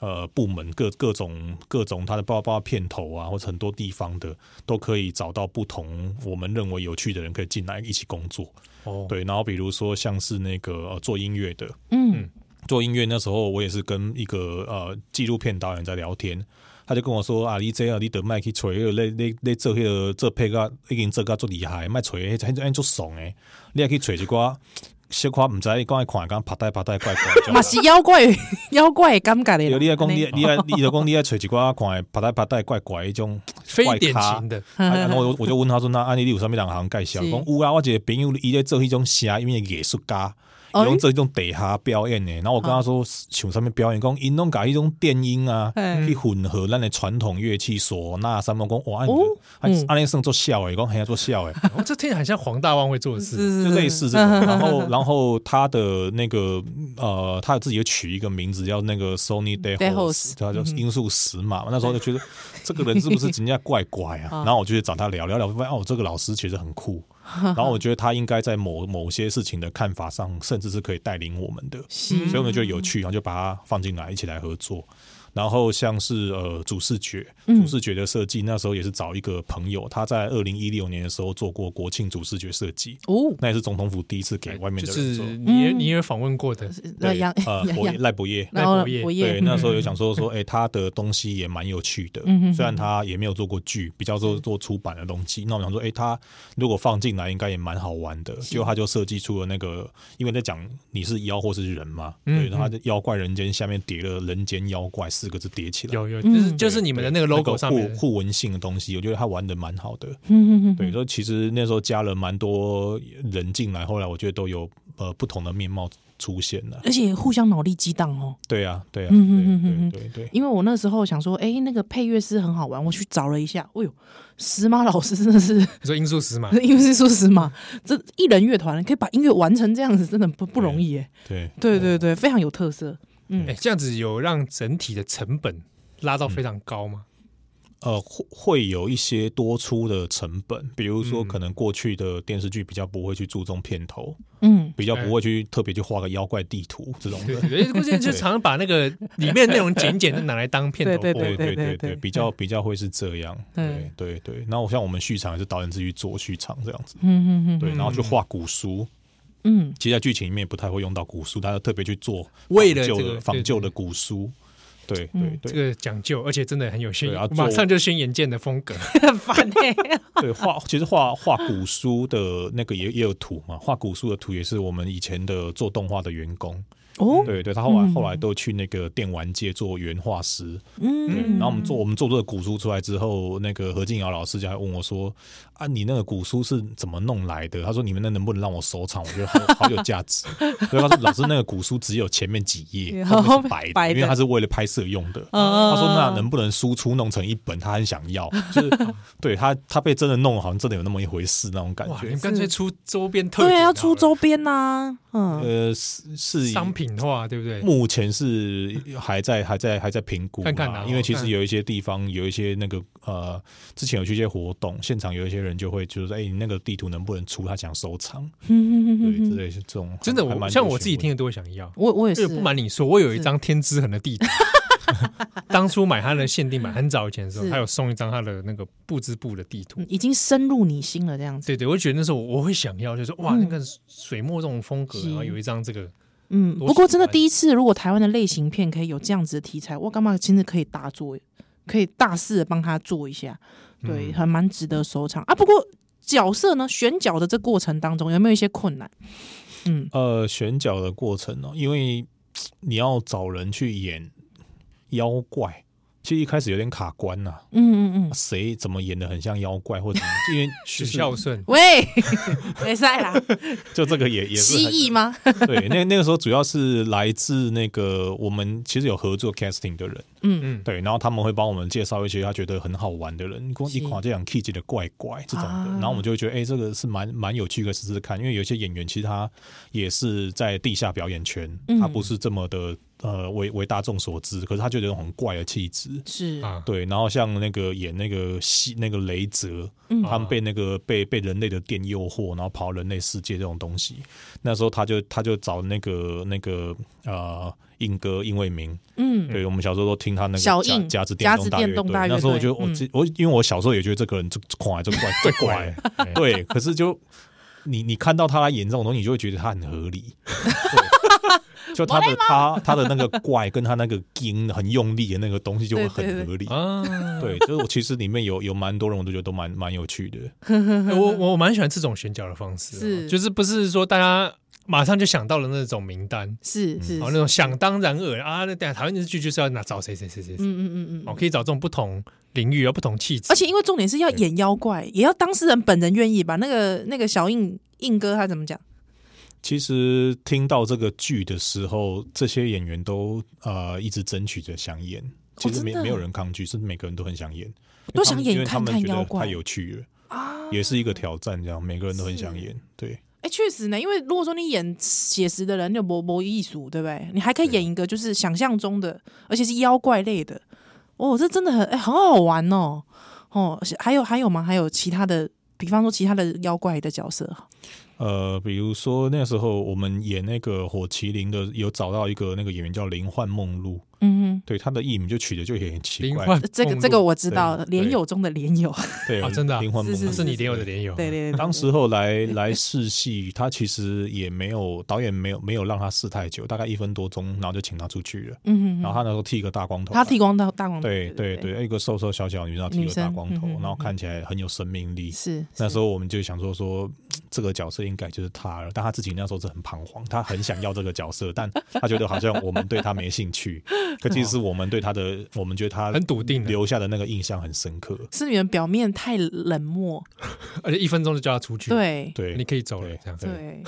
[SPEAKER 4] 呃部门各各种各种它的包包括片头啊，或者很多地方的都可以找到不同我们认为有趣的人可以进来一起工作。
[SPEAKER 2] 哦，
[SPEAKER 4] 对，然后比如说像是那个、呃、做音乐的，
[SPEAKER 3] 嗯，
[SPEAKER 4] 做音乐那时候，我也是跟一个呃纪录片导演在聊天，他就跟我说啊，你这样你得卖去吹，那那那这迄个这配个已经做个足厉害，卖吹迄种足爽诶，你也去吹一寡。小可毋知你讲爱看讲拍带拍带怪怪
[SPEAKER 3] 嘛 <laughs> 是妖怪，妖怪的感觉的啦，
[SPEAKER 4] 对，嗯你爱讲你
[SPEAKER 3] 这
[SPEAKER 4] 要
[SPEAKER 3] 样
[SPEAKER 4] 你爱你就讲你爱找一寡看拍带拍带怪怪迄种
[SPEAKER 2] <laughs> 非
[SPEAKER 4] 怪咖
[SPEAKER 2] 典型的，
[SPEAKER 4] 啊啊然后我我就问他说：“那安利你有啥物人行介绍？”
[SPEAKER 3] 是
[SPEAKER 4] 讲有啊，我一个朋友伊咧做迄种声音的艺术
[SPEAKER 3] 哎
[SPEAKER 4] 家，
[SPEAKER 3] 哦
[SPEAKER 4] 用这种地下表演的。然后我跟他说，像上面表演，讲因拢搞一种电音啊，
[SPEAKER 3] 嘿
[SPEAKER 4] 去混合咱的传统乐器，唢呐、三毛讲哇，
[SPEAKER 3] 哦嗯
[SPEAKER 4] 安尼算做笑诶，讲很要做笑诶，
[SPEAKER 2] 哦这听起来很像黄大旺会做的
[SPEAKER 3] <laughs>
[SPEAKER 2] 事。
[SPEAKER 3] 是
[SPEAKER 4] 就类似这
[SPEAKER 3] 嗯
[SPEAKER 4] 种。然后，然后他的那个呃，他自己有取一个名字叫那个 Sony
[SPEAKER 3] Dejos
[SPEAKER 4] Dejos，他叫音速十嘛。那时候就觉得这个人是不是人家怪怪啊？
[SPEAKER 3] 嗯
[SPEAKER 4] <laughs> 然后我就去找他聊聊聊，发现哦，这个老师其实很酷。然后我觉得他应该在某某些事情的看法上，甚至是可以带领我们的。
[SPEAKER 3] 是
[SPEAKER 4] 所以我们觉得有趣，然后就把它放进来，一起来合作。然后像是呃主视觉，
[SPEAKER 3] 嗯
[SPEAKER 4] 主视觉的设计、那时候也是找一个朋友，他在二零一六年的时候做过国庆主视觉设计，
[SPEAKER 3] 哦，
[SPEAKER 4] 那也是总统府第一次给外面
[SPEAKER 2] 哎就
[SPEAKER 4] 的
[SPEAKER 2] 是
[SPEAKER 4] 人做。
[SPEAKER 2] 你也你也访问过的，
[SPEAKER 3] 那
[SPEAKER 4] 对
[SPEAKER 3] 杨 <laughs>
[SPEAKER 4] 呃
[SPEAKER 3] 杨
[SPEAKER 4] 博
[SPEAKER 3] 杨
[SPEAKER 4] 业，赖博业，
[SPEAKER 3] 然后嗯
[SPEAKER 2] 赖伯业
[SPEAKER 3] 我
[SPEAKER 4] 对
[SPEAKER 3] 也，
[SPEAKER 4] 那时候有想说说，哎、他的东西也蛮有趣的，虽然他也没有做过剧，比较做做出版的东西。那我们想说，哎、他如果放进来，应该也蛮好玩的。结果他就设计出了那个，因为在讲你是妖或是人嘛，对，他的妖怪人间下面叠了“人间妖怪”四个字叠起来。
[SPEAKER 2] 有有，就是
[SPEAKER 3] 嗯
[SPEAKER 2] 就是你们的那个 logo 上面
[SPEAKER 4] 互，互文性的东西，我觉得他玩的蛮好的。
[SPEAKER 3] 嗯嗯
[SPEAKER 4] 对，所以其实那时候加了蛮多人进来，后来我觉得都有呃不同的面貌出现了。
[SPEAKER 3] 而且互相脑力激荡哦。
[SPEAKER 4] 对啊，对啊，
[SPEAKER 3] 嗯哼哼哼
[SPEAKER 4] 对
[SPEAKER 3] 哼
[SPEAKER 4] 对对对。
[SPEAKER 3] 因为我那时候想说，哎，那个配乐师很好玩，我去找了一下，哎呦，石马老师真的是，
[SPEAKER 2] 你说罂粟石嘛，
[SPEAKER 3] <laughs> 因为是说石马，这一人乐团可以把音乐玩成这样子，真的不不容易耶。
[SPEAKER 4] 对
[SPEAKER 3] 对对对，非常有特色。
[SPEAKER 2] 哎，这样子有让整体的成本拉到非常
[SPEAKER 4] 嗯
[SPEAKER 2] 高吗？
[SPEAKER 4] 呃，会会有一些多出的成本，比如
[SPEAKER 2] 嗯
[SPEAKER 4] 说可能过去的电视剧比较不会去注重片头，
[SPEAKER 3] 嗯，
[SPEAKER 4] 比较不会去特别去画个妖怪地图这种
[SPEAKER 2] 对，
[SPEAKER 4] 的。
[SPEAKER 2] 对，关键就常常把那 <laughs> 个里面内容剪一剪，就拿来当片头
[SPEAKER 3] 对
[SPEAKER 2] 播。
[SPEAKER 4] 对
[SPEAKER 3] 对
[SPEAKER 4] 对
[SPEAKER 3] 对
[SPEAKER 4] 对
[SPEAKER 3] 对
[SPEAKER 4] 对，比较比较会是这样。对
[SPEAKER 3] 嗯
[SPEAKER 4] 对对，那我像我们剧场也是导演自己去做剧场这样子，
[SPEAKER 3] 嗯嗯嗯
[SPEAKER 4] 对，然后去画古书。
[SPEAKER 3] 嗯，
[SPEAKER 4] 其实在剧情里面也不太会用到古书，他就特别去做
[SPEAKER 2] 为了
[SPEAKER 4] 仿旧
[SPEAKER 2] 这个
[SPEAKER 4] 的
[SPEAKER 2] 对
[SPEAKER 4] 仿旧
[SPEAKER 2] 对
[SPEAKER 4] 的古书。对
[SPEAKER 3] 嗯
[SPEAKER 4] 对
[SPEAKER 2] 这
[SPEAKER 4] 对，
[SPEAKER 2] 个讲究，而且真的很有宣
[SPEAKER 4] 对啊
[SPEAKER 2] 言，
[SPEAKER 4] 做
[SPEAKER 2] 马上就宣言见的风格。
[SPEAKER 3] 很烦哎。
[SPEAKER 4] 对，画其实画画古书的那个也也有图嘛，画古书的图也是我们以前的做动画的员工，
[SPEAKER 3] <laughs> 哦，
[SPEAKER 4] 对对，他后来、
[SPEAKER 3] 嗯
[SPEAKER 4] 后来都去那个电玩界做原画师，对，
[SPEAKER 3] 嗯，
[SPEAKER 4] 然后我们做我们做这个古书出来之后，那个何静瑶老师就还问我说啊，你那个古书是怎么弄来的？他说你们那能不能让我收藏？我觉得好好有价值。所以他说老师那个古书只有前面几页，后面是白的，
[SPEAKER 3] 白的
[SPEAKER 4] 因为他是为了拍摄用的。
[SPEAKER 3] 嗯
[SPEAKER 4] 他说：“那能不能输出弄成一本？他很想要，就是对他，他被真的弄，好像真的有那么一回事那种感
[SPEAKER 2] 哇，你
[SPEAKER 4] 觉
[SPEAKER 2] 们。干脆出周边特
[SPEAKER 3] 对
[SPEAKER 2] 点
[SPEAKER 3] 啊，
[SPEAKER 2] 好
[SPEAKER 3] 要
[SPEAKER 2] 了
[SPEAKER 3] 出周边呐，嗯，
[SPEAKER 4] 呃，是是
[SPEAKER 2] 商品化，对不对？
[SPEAKER 4] 目前是还在还在还在评估啦，
[SPEAKER 2] 看看啦
[SPEAKER 4] 因为其
[SPEAKER 2] 哦看
[SPEAKER 4] 实有一些地方有一些那个呃，之前有去一些活动，现场有一些人就会就是说，哎、你那个地图能不能出？他想收藏，
[SPEAKER 3] 嗯
[SPEAKER 4] 对之类是这种，
[SPEAKER 2] 真的，
[SPEAKER 4] 还
[SPEAKER 2] 我
[SPEAKER 4] 蛮
[SPEAKER 2] 像
[SPEAKER 4] 多
[SPEAKER 2] 我自己
[SPEAKER 4] 询
[SPEAKER 2] 听
[SPEAKER 4] 问
[SPEAKER 2] 了都会想要。
[SPEAKER 3] 我我也
[SPEAKER 2] 因
[SPEAKER 3] 是
[SPEAKER 2] 为，不瞒你说，我有一张天之痕的
[SPEAKER 3] <laughs>
[SPEAKER 2] 地图，当初买它的限定版，很早以前的时候，
[SPEAKER 3] 是
[SPEAKER 2] 他有送一张他的那个布织布的地图
[SPEAKER 3] 嗯。已经深入你心了这样子。
[SPEAKER 2] 对对，我就觉得那时候我会想要，就是
[SPEAKER 3] 嗯
[SPEAKER 2] 哇，那个水墨这种风格，
[SPEAKER 3] 是
[SPEAKER 2] 然后有一张这个，
[SPEAKER 3] 嗯，
[SPEAKER 2] 多
[SPEAKER 3] 不过真的
[SPEAKER 2] 喜欢
[SPEAKER 3] 第一次，如果台湾的类型片可以有这样子的题材，我干嘛真的可以大做，可以大肆的帮他做一下，对，
[SPEAKER 4] 嗯
[SPEAKER 3] 还蛮值得收藏啊。不过角色呢，选角的这过程当中有没有一些困难？嗯，
[SPEAKER 4] 呃选角的过程哦、因为你要找人去演妖怪，其实一开始有点卡关呐、
[SPEAKER 3] 嗯嗯嗯，
[SPEAKER 4] 谁怎么演的很像妖怪，或者因为
[SPEAKER 2] 许
[SPEAKER 4] 许
[SPEAKER 2] 孝顺，
[SPEAKER 3] 喂， <laughs> 没赛啦，
[SPEAKER 4] 就这个也也是
[SPEAKER 3] 蜥
[SPEAKER 4] 很
[SPEAKER 3] 蜴吗？
[SPEAKER 4] <laughs> 对，那那个时候主要是来自那个我们其实有合作 casting 的人，
[SPEAKER 2] 嗯
[SPEAKER 4] 对，然后他们会帮我们介绍一些他觉得很好玩的人，光一款这样 key 级的怪怪这种的，
[SPEAKER 3] 啊
[SPEAKER 4] 然后我们就会觉得，哎、这个是蛮蛮有趣的，试试看，因为有一些演员其实他也是在地下表演圈，他不是这么的呃为为大众所知，可是他就有一种很怪的气质，
[SPEAKER 3] 是， <laughs>
[SPEAKER 2] 啊，
[SPEAKER 4] 对，然后像那个演那个西那个雷泽，
[SPEAKER 3] 嗯
[SPEAKER 4] 他们被那个被被人类的电诱惑，然后跑人类世界这种东西，那时候他就他就找那个那个呃印哥印卫明，
[SPEAKER 3] 嗯，
[SPEAKER 4] 对我们小时候都听他那个
[SPEAKER 3] 小
[SPEAKER 4] 甲
[SPEAKER 3] 印
[SPEAKER 4] 甲子
[SPEAKER 3] 甲
[SPEAKER 4] 电
[SPEAKER 3] 子
[SPEAKER 4] 动大
[SPEAKER 3] 电
[SPEAKER 4] 乐
[SPEAKER 3] 动大
[SPEAKER 4] 队，
[SPEAKER 3] 乐
[SPEAKER 4] 那时候我
[SPEAKER 3] 队
[SPEAKER 4] 觉得我
[SPEAKER 3] 嗯
[SPEAKER 4] 自我因为我小时候也觉得这个人这狂这怪这怪， <laughs>
[SPEAKER 2] 哎
[SPEAKER 4] 对，可是就你你看到他来演这种东西，你就会觉得他很合理。 <laughs> 对就他的他他的那个怪跟他那个劲很用力的那个东西就会
[SPEAKER 3] 对对对
[SPEAKER 4] 很合理。
[SPEAKER 2] 啊，
[SPEAKER 4] <laughs> 对，就是我其实里面有有蛮多人，我都觉得都蛮蛮有趣的。
[SPEAKER 2] 哎我我我蛮喜欢这种选角的方式哦，
[SPEAKER 3] 是
[SPEAKER 2] 就是不是说大家马上就想到了那种名单，
[SPEAKER 3] 是是，
[SPEAKER 2] 哦，
[SPEAKER 3] 是
[SPEAKER 2] 那种想当然尔啊，那等下台湾电视剧就是要拿找谁谁谁谁
[SPEAKER 3] 嗯嗯
[SPEAKER 2] 谁，
[SPEAKER 3] 嗯嗯
[SPEAKER 2] 哦，
[SPEAKER 3] 嗯。
[SPEAKER 2] 可以找这种不同领域啊、不同气质，
[SPEAKER 3] 而且因为重点是要演妖怪，也要当事人本人愿意吧？那个那个小印印哥他怎么讲？
[SPEAKER 4] 其实听到这个剧的时候，这些演员都呃一直争取着想演，其实没、
[SPEAKER 3] 哦真的
[SPEAKER 4] 没有人抗拒，是每个人都很想演，
[SPEAKER 3] 我都想
[SPEAKER 4] 因
[SPEAKER 3] 演
[SPEAKER 4] 为他
[SPEAKER 3] 看
[SPEAKER 4] 们
[SPEAKER 3] 看
[SPEAKER 4] 因为他
[SPEAKER 3] 妖
[SPEAKER 4] 们觉得
[SPEAKER 3] 怪
[SPEAKER 4] 太有趣了，
[SPEAKER 3] 啊！
[SPEAKER 4] 也是一个挑战，这样每个人都很想演，对。
[SPEAKER 3] 哎，确实呢，因为如果说你演写实的人，就某某艺术，对不对？你还可以演一个就是想象中的，而且是妖怪类的。哦，这真的很哎，很好玩哦。哦，而且还有还有吗？还有其他的，比方说其他的妖怪的角色，
[SPEAKER 4] 呃，比如说那时候我们演那个火麒麟的，有找到一个那个演员叫林幻梦露，
[SPEAKER 3] 嗯
[SPEAKER 4] 对他的艺名就取的就也很奇
[SPEAKER 2] 灵
[SPEAKER 4] 怪，
[SPEAKER 2] 幻
[SPEAKER 3] 哼，这个这个我知道，
[SPEAKER 4] 对
[SPEAKER 3] 莲友中的莲友，
[SPEAKER 4] 对
[SPEAKER 2] 啊真的啊
[SPEAKER 4] 林幻梦
[SPEAKER 3] 是
[SPEAKER 4] 露
[SPEAKER 2] 是你连友的连友，
[SPEAKER 3] 对对对，
[SPEAKER 4] 当时候来来试戏，他其实也没有导演没有没有让他试太久，大概一分多钟，然后就请他出去了。
[SPEAKER 3] 嗯哼
[SPEAKER 4] 然
[SPEAKER 3] 哼，
[SPEAKER 4] 后他那时候剃一个大光头，
[SPEAKER 3] 他剃光头，大光头，
[SPEAKER 4] 对对对，一个瘦瘦小小的女生她剃
[SPEAKER 3] 女
[SPEAKER 4] 个大
[SPEAKER 3] 生
[SPEAKER 4] 光头
[SPEAKER 3] 嗯嗯，嗯
[SPEAKER 4] 然后看起来很有生命力。
[SPEAKER 3] 是
[SPEAKER 4] 那时
[SPEAKER 3] 候
[SPEAKER 4] 候我们就想说说嗯这个角色应该就是他了，但他自己那时候是很彷徨，他很想要这个角色，但他觉得好像我们对他没
[SPEAKER 3] <laughs>
[SPEAKER 4] 兴趣，可其实是我们对他的，我们觉得他
[SPEAKER 2] 很笃定的，
[SPEAKER 4] 留下的那个印象很深刻。
[SPEAKER 3] 是你们表面太冷漠，
[SPEAKER 2] 而且一分钟就叫他出去，，
[SPEAKER 3] 对
[SPEAKER 4] 对，
[SPEAKER 2] 你可以走了
[SPEAKER 4] 对
[SPEAKER 2] 这样子。
[SPEAKER 3] 对，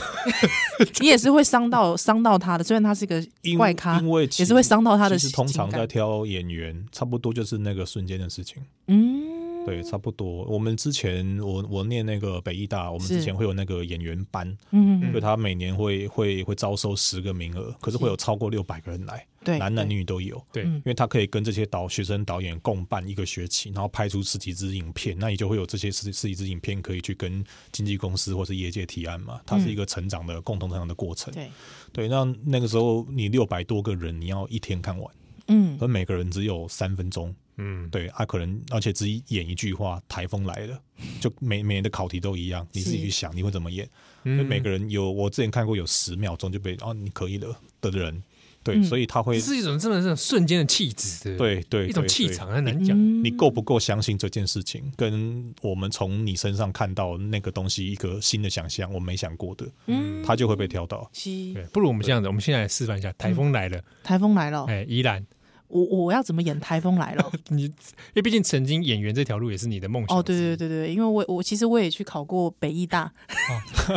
[SPEAKER 3] 你也是会伤到伤到他的，虽然他是一个
[SPEAKER 4] 因
[SPEAKER 3] 怪咖
[SPEAKER 4] 因，为
[SPEAKER 3] 也
[SPEAKER 4] 其
[SPEAKER 3] 是会伤到他的
[SPEAKER 4] 其
[SPEAKER 3] 情
[SPEAKER 4] 实通常在
[SPEAKER 3] 感，
[SPEAKER 4] 挑演员，差不多就是那个瞬间的事情。
[SPEAKER 3] 嗯，
[SPEAKER 4] 对，差不多。我们之前我我念那个北艺大，我们
[SPEAKER 3] 是
[SPEAKER 4] 之前会有那个演员班，
[SPEAKER 3] 嗯，
[SPEAKER 4] 就他每年会会会招收十个名额，可是会有超过六百个人来，
[SPEAKER 3] 对，
[SPEAKER 4] 男男
[SPEAKER 3] 对
[SPEAKER 4] 女女都有。
[SPEAKER 2] 对
[SPEAKER 3] 嗯
[SPEAKER 4] 因为他可以跟这些导学生导演共办一个学期，然后拍出十几支影片，那你就会有这些十十几支影片可以去跟经纪公司或是业界提案嘛。它是一个成长的、共同成长的过程。
[SPEAKER 3] 嗯对，
[SPEAKER 4] 对，那那个时候你六百多个人，你要一天看完。
[SPEAKER 3] 嗯，
[SPEAKER 4] 而每个人只有三分钟，
[SPEAKER 2] 嗯，
[SPEAKER 4] 对啊，可能而且只演一句话，台风来了，就每每人的考题都一样，你自己去想你会怎么演，因为每个人有我之前看过有十秒钟就被哦你可以了的人，对，所以他会
[SPEAKER 2] 这嗯是一种真的是瞬间的气质，
[SPEAKER 4] 对对
[SPEAKER 2] 对，一种
[SPEAKER 4] 对
[SPEAKER 2] 气
[SPEAKER 4] 对
[SPEAKER 2] 场很难讲。
[SPEAKER 3] 嗯
[SPEAKER 4] 你够不够相信这件事情，跟我们从你身上看到那个东西一个新的想象，我没想过的，
[SPEAKER 3] 嗯，
[SPEAKER 4] 他就会被挑到。
[SPEAKER 3] 西
[SPEAKER 2] 对，不如我们这样子，我们现在来示范一下，台风来了，
[SPEAKER 3] 台风来了，
[SPEAKER 2] 哎，依然，
[SPEAKER 3] 我我要怎么演台风
[SPEAKER 4] <laughs>
[SPEAKER 3] 来了？
[SPEAKER 2] <laughs> 你因为毕竟曾经演员这条路也是你的梦想。
[SPEAKER 3] 哦，对对对对，因为我我其实我也去考过北艺大，
[SPEAKER 2] 对，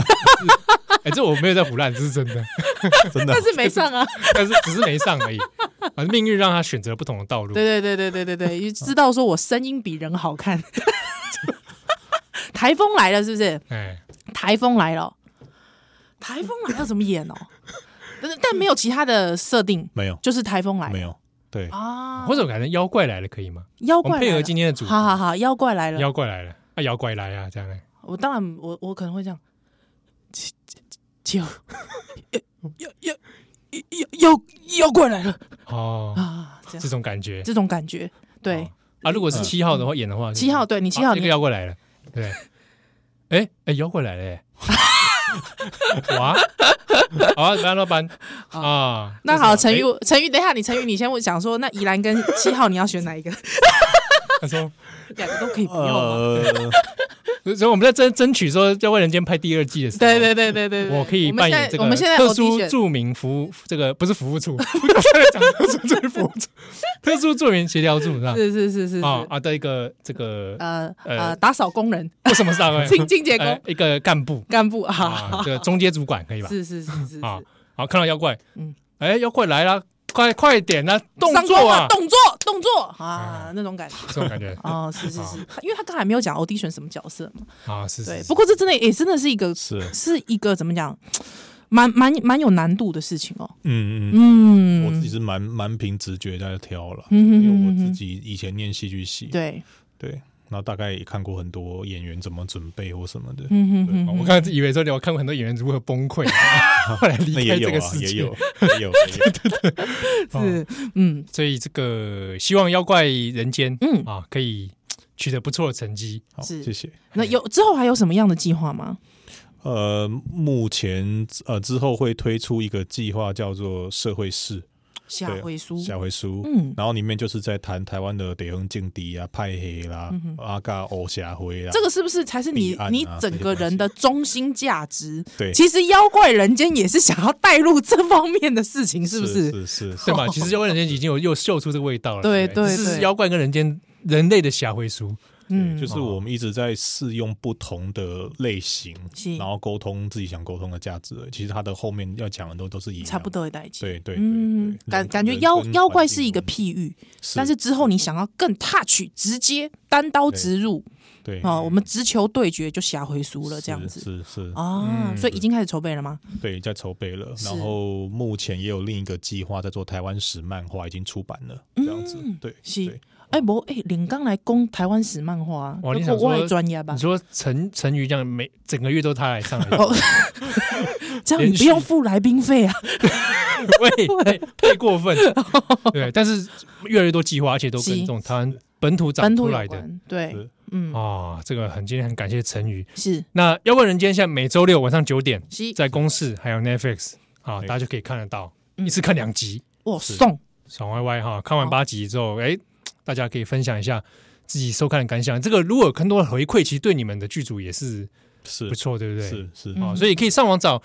[SPEAKER 2] 哎，这我没有在胡乱，这是真的， <laughs>
[SPEAKER 4] 真的
[SPEAKER 3] 但是没上啊。
[SPEAKER 2] 但是只是没上而已。 <laughs> 反正命运让他选择了不同的道路。
[SPEAKER 3] 对对对对对
[SPEAKER 2] <laughs>
[SPEAKER 3] 对
[SPEAKER 2] 嗯
[SPEAKER 3] 对，知道说我声音比人好看。 <laughs> 台风来了是不是？
[SPEAKER 2] 哎，
[SPEAKER 3] 台风来了，台风来了怎么演哦？ <laughs> 但是但没有其他的设定，
[SPEAKER 4] 没有
[SPEAKER 3] 就是台风来
[SPEAKER 4] 没
[SPEAKER 3] 了
[SPEAKER 4] 有，
[SPEAKER 2] 哦
[SPEAKER 4] 对，
[SPEAKER 3] 啊
[SPEAKER 2] 或，者我改成妖怪来了可以吗？
[SPEAKER 3] 妖
[SPEAKER 2] 我
[SPEAKER 3] 怪
[SPEAKER 2] 们配
[SPEAKER 3] 来
[SPEAKER 2] 合
[SPEAKER 3] 了
[SPEAKER 2] 今天的主题，
[SPEAKER 3] 好好好，妖怪来了。
[SPEAKER 2] 妖怪来了，啊，妖怪来啊，这样嘞。
[SPEAKER 3] 我当然我我可能会这样，九 <laughs> 妖妖妖妖妖怪来了
[SPEAKER 2] 哦，
[SPEAKER 3] 啊，这
[SPEAKER 2] 这
[SPEAKER 3] 样
[SPEAKER 2] 种感觉。
[SPEAKER 3] 这种感觉，对
[SPEAKER 2] 哦，啊，如果是七号的话演的话，
[SPEAKER 3] 七号对你七号
[SPEAKER 2] 啊那个
[SPEAKER 3] 你
[SPEAKER 2] 妖怪来了，对，哎哎，妖怪来了欸，哇，好啊，班老板
[SPEAKER 3] <laughs>
[SPEAKER 2] 啊，
[SPEAKER 3] 那
[SPEAKER 2] 这是什
[SPEAKER 3] 好，
[SPEAKER 2] 么
[SPEAKER 3] 陈
[SPEAKER 2] 哎
[SPEAKER 3] 宇，陈宇，等一下，你陈宇，你先问，想说那宜兰 <laughs> 跟七号你要选哪一个？
[SPEAKER 2] 他说，
[SPEAKER 3] <laughs> 两个都可以不啊要吗？
[SPEAKER 4] <laughs> 呃，
[SPEAKER 2] 所以我们在争争取说《妖怪人间》拍第二季的时候，
[SPEAKER 3] 对对对对对，对
[SPEAKER 2] 我可以扮演这个
[SPEAKER 3] 我们现在
[SPEAKER 2] 特
[SPEAKER 3] 我们现
[SPEAKER 2] 殊
[SPEAKER 3] 在 audition
[SPEAKER 2] 著名服务，这个不是服务处，我在讲特殊著名服务处，特殊著名协调处是吧？
[SPEAKER 3] 是是是是是
[SPEAKER 2] 啊啊的一个这个
[SPEAKER 3] 呃
[SPEAKER 2] 呃
[SPEAKER 3] 呃，打扫工人、
[SPEAKER 2] 为什么是啊？
[SPEAKER 3] 清清洁工
[SPEAKER 2] 呃、一个干部
[SPEAKER 3] 干部啊
[SPEAKER 2] 啊，，这个中阶主管可以吧？
[SPEAKER 3] 是是是是是，
[SPEAKER 2] 啊，好，看到妖怪，嗯
[SPEAKER 3] 嗯，
[SPEAKER 2] 哎，妖怪来了，快快点啊，动
[SPEAKER 3] 上
[SPEAKER 2] 作
[SPEAKER 3] 工
[SPEAKER 2] 啊，
[SPEAKER 3] 动作动作
[SPEAKER 2] 啊
[SPEAKER 3] 啊，那种
[SPEAKER 2] <laughs>
[SPEAKER 3] 感觉。
[SPEAKER 2] 这种感觉
[SPEAKER 3] 哦，是是是，因为他刚才没有讲 audition 什么角色嘛，
[SPEAKER 2] 啊，是
[SPEAKER 3] 对
[SPEAKER 2] 是。，
[SPEAKER 3] 不过这真的也真的是一个
[SPEAKER 4] 是，嗯
[SPEAKER 3] 是一个怎么讲，蛮蛮蛮有难度的事情哦。
[SPEAKER 4] 嗯嗯。
[SPEAKER 3] 嗯，
[SPEAKER 4] 我自己是蛮蛮凭直觉在挑了，
[SPEAKER 3] 嗯哼哼
[SPEAKER 4] 因为我
[SPEAKER 3] 哼
[SPEAKER 4] 自
[SPEAKER 3] 哼
[SPEAKER 4] 己以前念戏剧系，
[SPEAKER 3] 对，
[SPEAKER 4] 对，然后大概也看过很多演员怎么准备或什么的，
[SPEAKER 3] 嗯哼
[SPEAKER 4] 对
[SPEAKER 3] 哼
[SPEAKER 2] 哦
[SPEAKER 3] 哼
[SPEAKER 2] 我。刚才以为说，我看过很多演员如何
[SPEAKER 3] <laughs>
[SPEAKER 2] 崩溃，后来离
[SPEAKER 4] 那
[SPEAKER 2] 开这
[SPEAKER 4] 也有
[SPEAKER 2] 个
[SPEAKER 4] 啊，
[SPEAKER 2] 世
[SPEAKER 4] 也
[SPEAKER 2] 界
[SPEAKER 4] 有，。也有，也有
[SPEAKER 2] 哦
[SPEAKER 3] 是，嗯
[SPEAKER 2] 所以这个希望妖怪人间
[SPEAKER 3] 嗯，
[SPEAKER 2] 啊，可以取得不错的成绩。
[SPEAKER 4] 好，
[SPEAKER 3] 是
[SPEAKER 4] 谢谢。
[SPEAKER 3] 那有之后还有什么样的计划吗？
[SPEAKER 4] 呃，目前呃之后会推出一个计划，叫做社会室
[SPEAKER 3] 下
[SPEAKER 4] 对啊
[SPEAKER 3] 回书，
[SPEAKER 4] 下回书，
[SPEAKER 3] 嗯，
[SPEAKER 4] 然后里面就是在谈台湾的地方劲敌啊、派黑啦、啊阿嘎欧霞灰啦，
[SPEAKER 3] 嗯这个是不是才是你
[SPEAKER 4] 立案啊
[SPEAKER 3] 你整个人的中心价值？
[SPEAKER 4] 对
[SPEAKER 3] 其实妖怪人间也是想要带入这方面的事情，是不
[SPEAKER 4] 是
[SPEAKER 3] 是？
[SPEAKER 4] 是是是
[SPEAKER 2] 对
[SPEAKER 3] <laughs>
[SPEAKER 2] 吧？其实妖怪人间已经有又嗅出这个味道了，
[SPEAKER 3] 对
[SPEAKER 2] 不
[SPEAKER 3] 对
[SPEAKER 2] 只是
[SPEAKER 3] 对
[SPEAKER 2] 妖怪跟人间人类的下回书，
[SPEAKER 3] 嗯，
[SPEAKER 4] 就是
[SPEAKER 2] 哦
[SPEAKER 4] 我们一直在试用不同的类型
[SPEAKER 3] 是，
[SPEAKER 4] 然后沟通自己想沟通的价值。其实它的后面要讲的都都是一样，
[SPEAKER 3] 差不。多的代际。
[SPEAKER 4] 啊对对对
[SPEAKER 3] 嗯，
[SPEAKER 4] 对
[SPEAKER 3] 感
[SPEAKER 4] 人
[SPEAKER 3] 感觉
[SPEAKER 4] 人
[SPEAKER 3] 妖
[SPEAKER 4] 跟
[SPEAKER 3] 妖
[SPEAKER 4] 环
[SPEAKER 3] 怪
[SPEAKER 4] 境
[SPEAKER 3] 是一个
[SPEAKER 4] 嗯
[SPEAKER 3] 譬喻，
[SPEAKER 4] 是
[SPEAKER 3] 但是之后你想要更 touch，直接单刀直入
[SPEAKER 4] 对
[SPEAKER 3] 啊，我们直球对决就下回输了这样子
[SPEAKER 4] 是嗯是是
[SPEAKER 3] 啊，所以已经开始筹备了吗？
[SPEAKER 4] 对，在筹备了，
[SPEAKER 3] 是
[SPEAKER 4] 然后目前也有另一个计划在做台湾史漫画，已经出版了，这样子，对，
[SPEAKER 3] 嗯是
[SPEAKER 4] 对
[SPEAKER 3] 哎，不，哎，林刚来攻台湾史漫画，啊
[SPEAKER 2] 哇
[SPEAKER 3] 那
[SPEAKER 2] 你
[SPEAKER 3] 个
[SPEAKER 2] 想说
[SPEAKER 3] 我也专业吧
[SPEAKER 2] 你？说陈陈宇这样每整个月都他来上
[SPEAKER 3] <laughs>
[SPEAKER 2] 来，
[SPEAKER 3] 哦，这样你
[SPEAKER 2] 连
[SPEAKER 3] 不
[SPEAKER 2] 续
[SPEAKER 3] 用付来宾费啊！
[SPEAKER 2] <laughs> 喂，太太过
[SPEAKER 3] <laughs>
[SPEAKER 2] 分。对，但是越来越多计划，而且都跟
[SPEAKER 3] 是
[SPEAKER 2] 这种台湾本土长
[SPEAKER 3] 本
[SPEAKER 2] 出
[SPEAKER 3] 土
[SPEAKER 2] 来
[SPEAKER 3] 有
[SPEAKER 2] 的
[SPEAKER 3] 关，对
[SPEAKER 4] 是，
[SPEAKER 3] 嗯，
[SPEAKER 2] 啊，这个很今天很感谢陈宇。
[SPEAKER 3] 是
[SPEAKER 2] 那要不然人间现在每周六晚上九点
[SPEAKER 3] 是，
[SPEAKER 2] 在公视还有 Netflix 啊，
[SPEAKER 4] 哎
[SPEAKER 2] 大家就可以看得到，
[SPEAKER 3] 嗯
[SPEAKER 2] 一次看两集，
[SPEAKER 3] 我
[SPEAKER 4] 是
[SPEAKER 3] 送
[SPEAKER 2] 爽歪歪哈。看完
[SPEAKER 3] 好
[SPEAKER 2] 八集
[SPEAKER 3] 嗯
[SPEAKER 2] 之后，哎，大家可以分享一下自己收看的感想。这个如果有更多的回馈，其实对你们的剧组也是
[SPEAKER 4] 是
[SPEAKER 2] 不错，对不对？
[SPEAKER 4] 是是，
[SPEAKER 3] 嗯
[SPEAKER 2] 啊，所以可以上网找《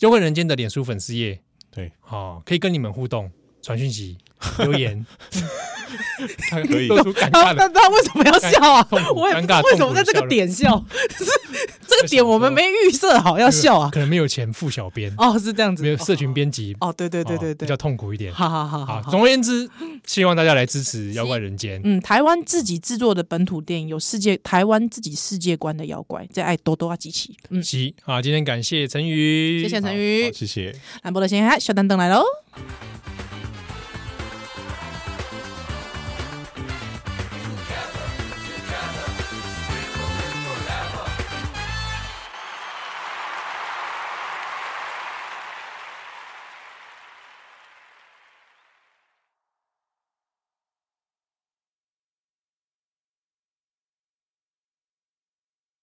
[SPEAKER 2] 幽会人间》的脸书粉丝页，
[SPEAKER 4] 对，
[SPEAKER 2] 哦，可以跟你们互动，传讯息、留言，他
[SPEAKER 3] <laughs>
[SPEAKER 4] 可以
[SPEAKER 2] 露出尴
[SPEAKER 3] 啊，
[SPEAKER 2] 尬
[SPEAKER 3] 那
[SPEAKER 2] 的。
[SPEAKER 3] 那为什么要笑啊
[SPEAKER 2] 痛
[SPEAKER 3] <laughs>
[SPEAKER 2] 苦？
[SPEAKER 3] 我也不知
[SPEAKER 2] 尴
[SPEAKER 3] 道
[SPEAKER 2] 尬
[SPEAKER 3] 为什么
[SPEAKER 2] 痛苦
[SPEAKER 3] 在这
[SPEAKER 2] 笑
[SPEAKER 3] 个
[SPEAKER 2] 容
[SPEAKER 3] 点
[SPEAKER 2] <laughs>
[SPEAKER 3] 笑，是这个点我们没预设好要笑啊。
[SPEAKER 2] 可能没有钱付小编，
[SPEAKER 3] 哦，是这样子，
[SPEAKER 2] 没有
[SPEAKER 3] 哦
[SPEAKER 2] 社群编辑，
[SPEAKER 3] 哦，对对对
[SPEAKER 2] 哦
[SPEAKER 3] 对
[SPEAKER 2] 比
[SPEAKER 3] 对
[SPEAKER 2] 较，痛苦一点。
[SPEAKER 3] 好好好好
[SPEAKER 2] 好，
[SPEAKER 3] 好。
[SPEAKER 2] 总而言之，希望大家来支持《妖怪人间》。
[SPEAKER 3] 嗯，台湾自己制作的本土电影有世界台湾自己世界观的妖怪，在爱多多啊集齐。嗯，
[SPEAKER 2] 行啊，今天感谢陈宇，
[SPEAKER 3] 谢谢陈
[SPEAKER 4] 好
[SPEAKER 3] 宇
[SPEAKER 4] 好，谢谢。
[SPEAKER 3] 兰博的先生，小丹登来喽。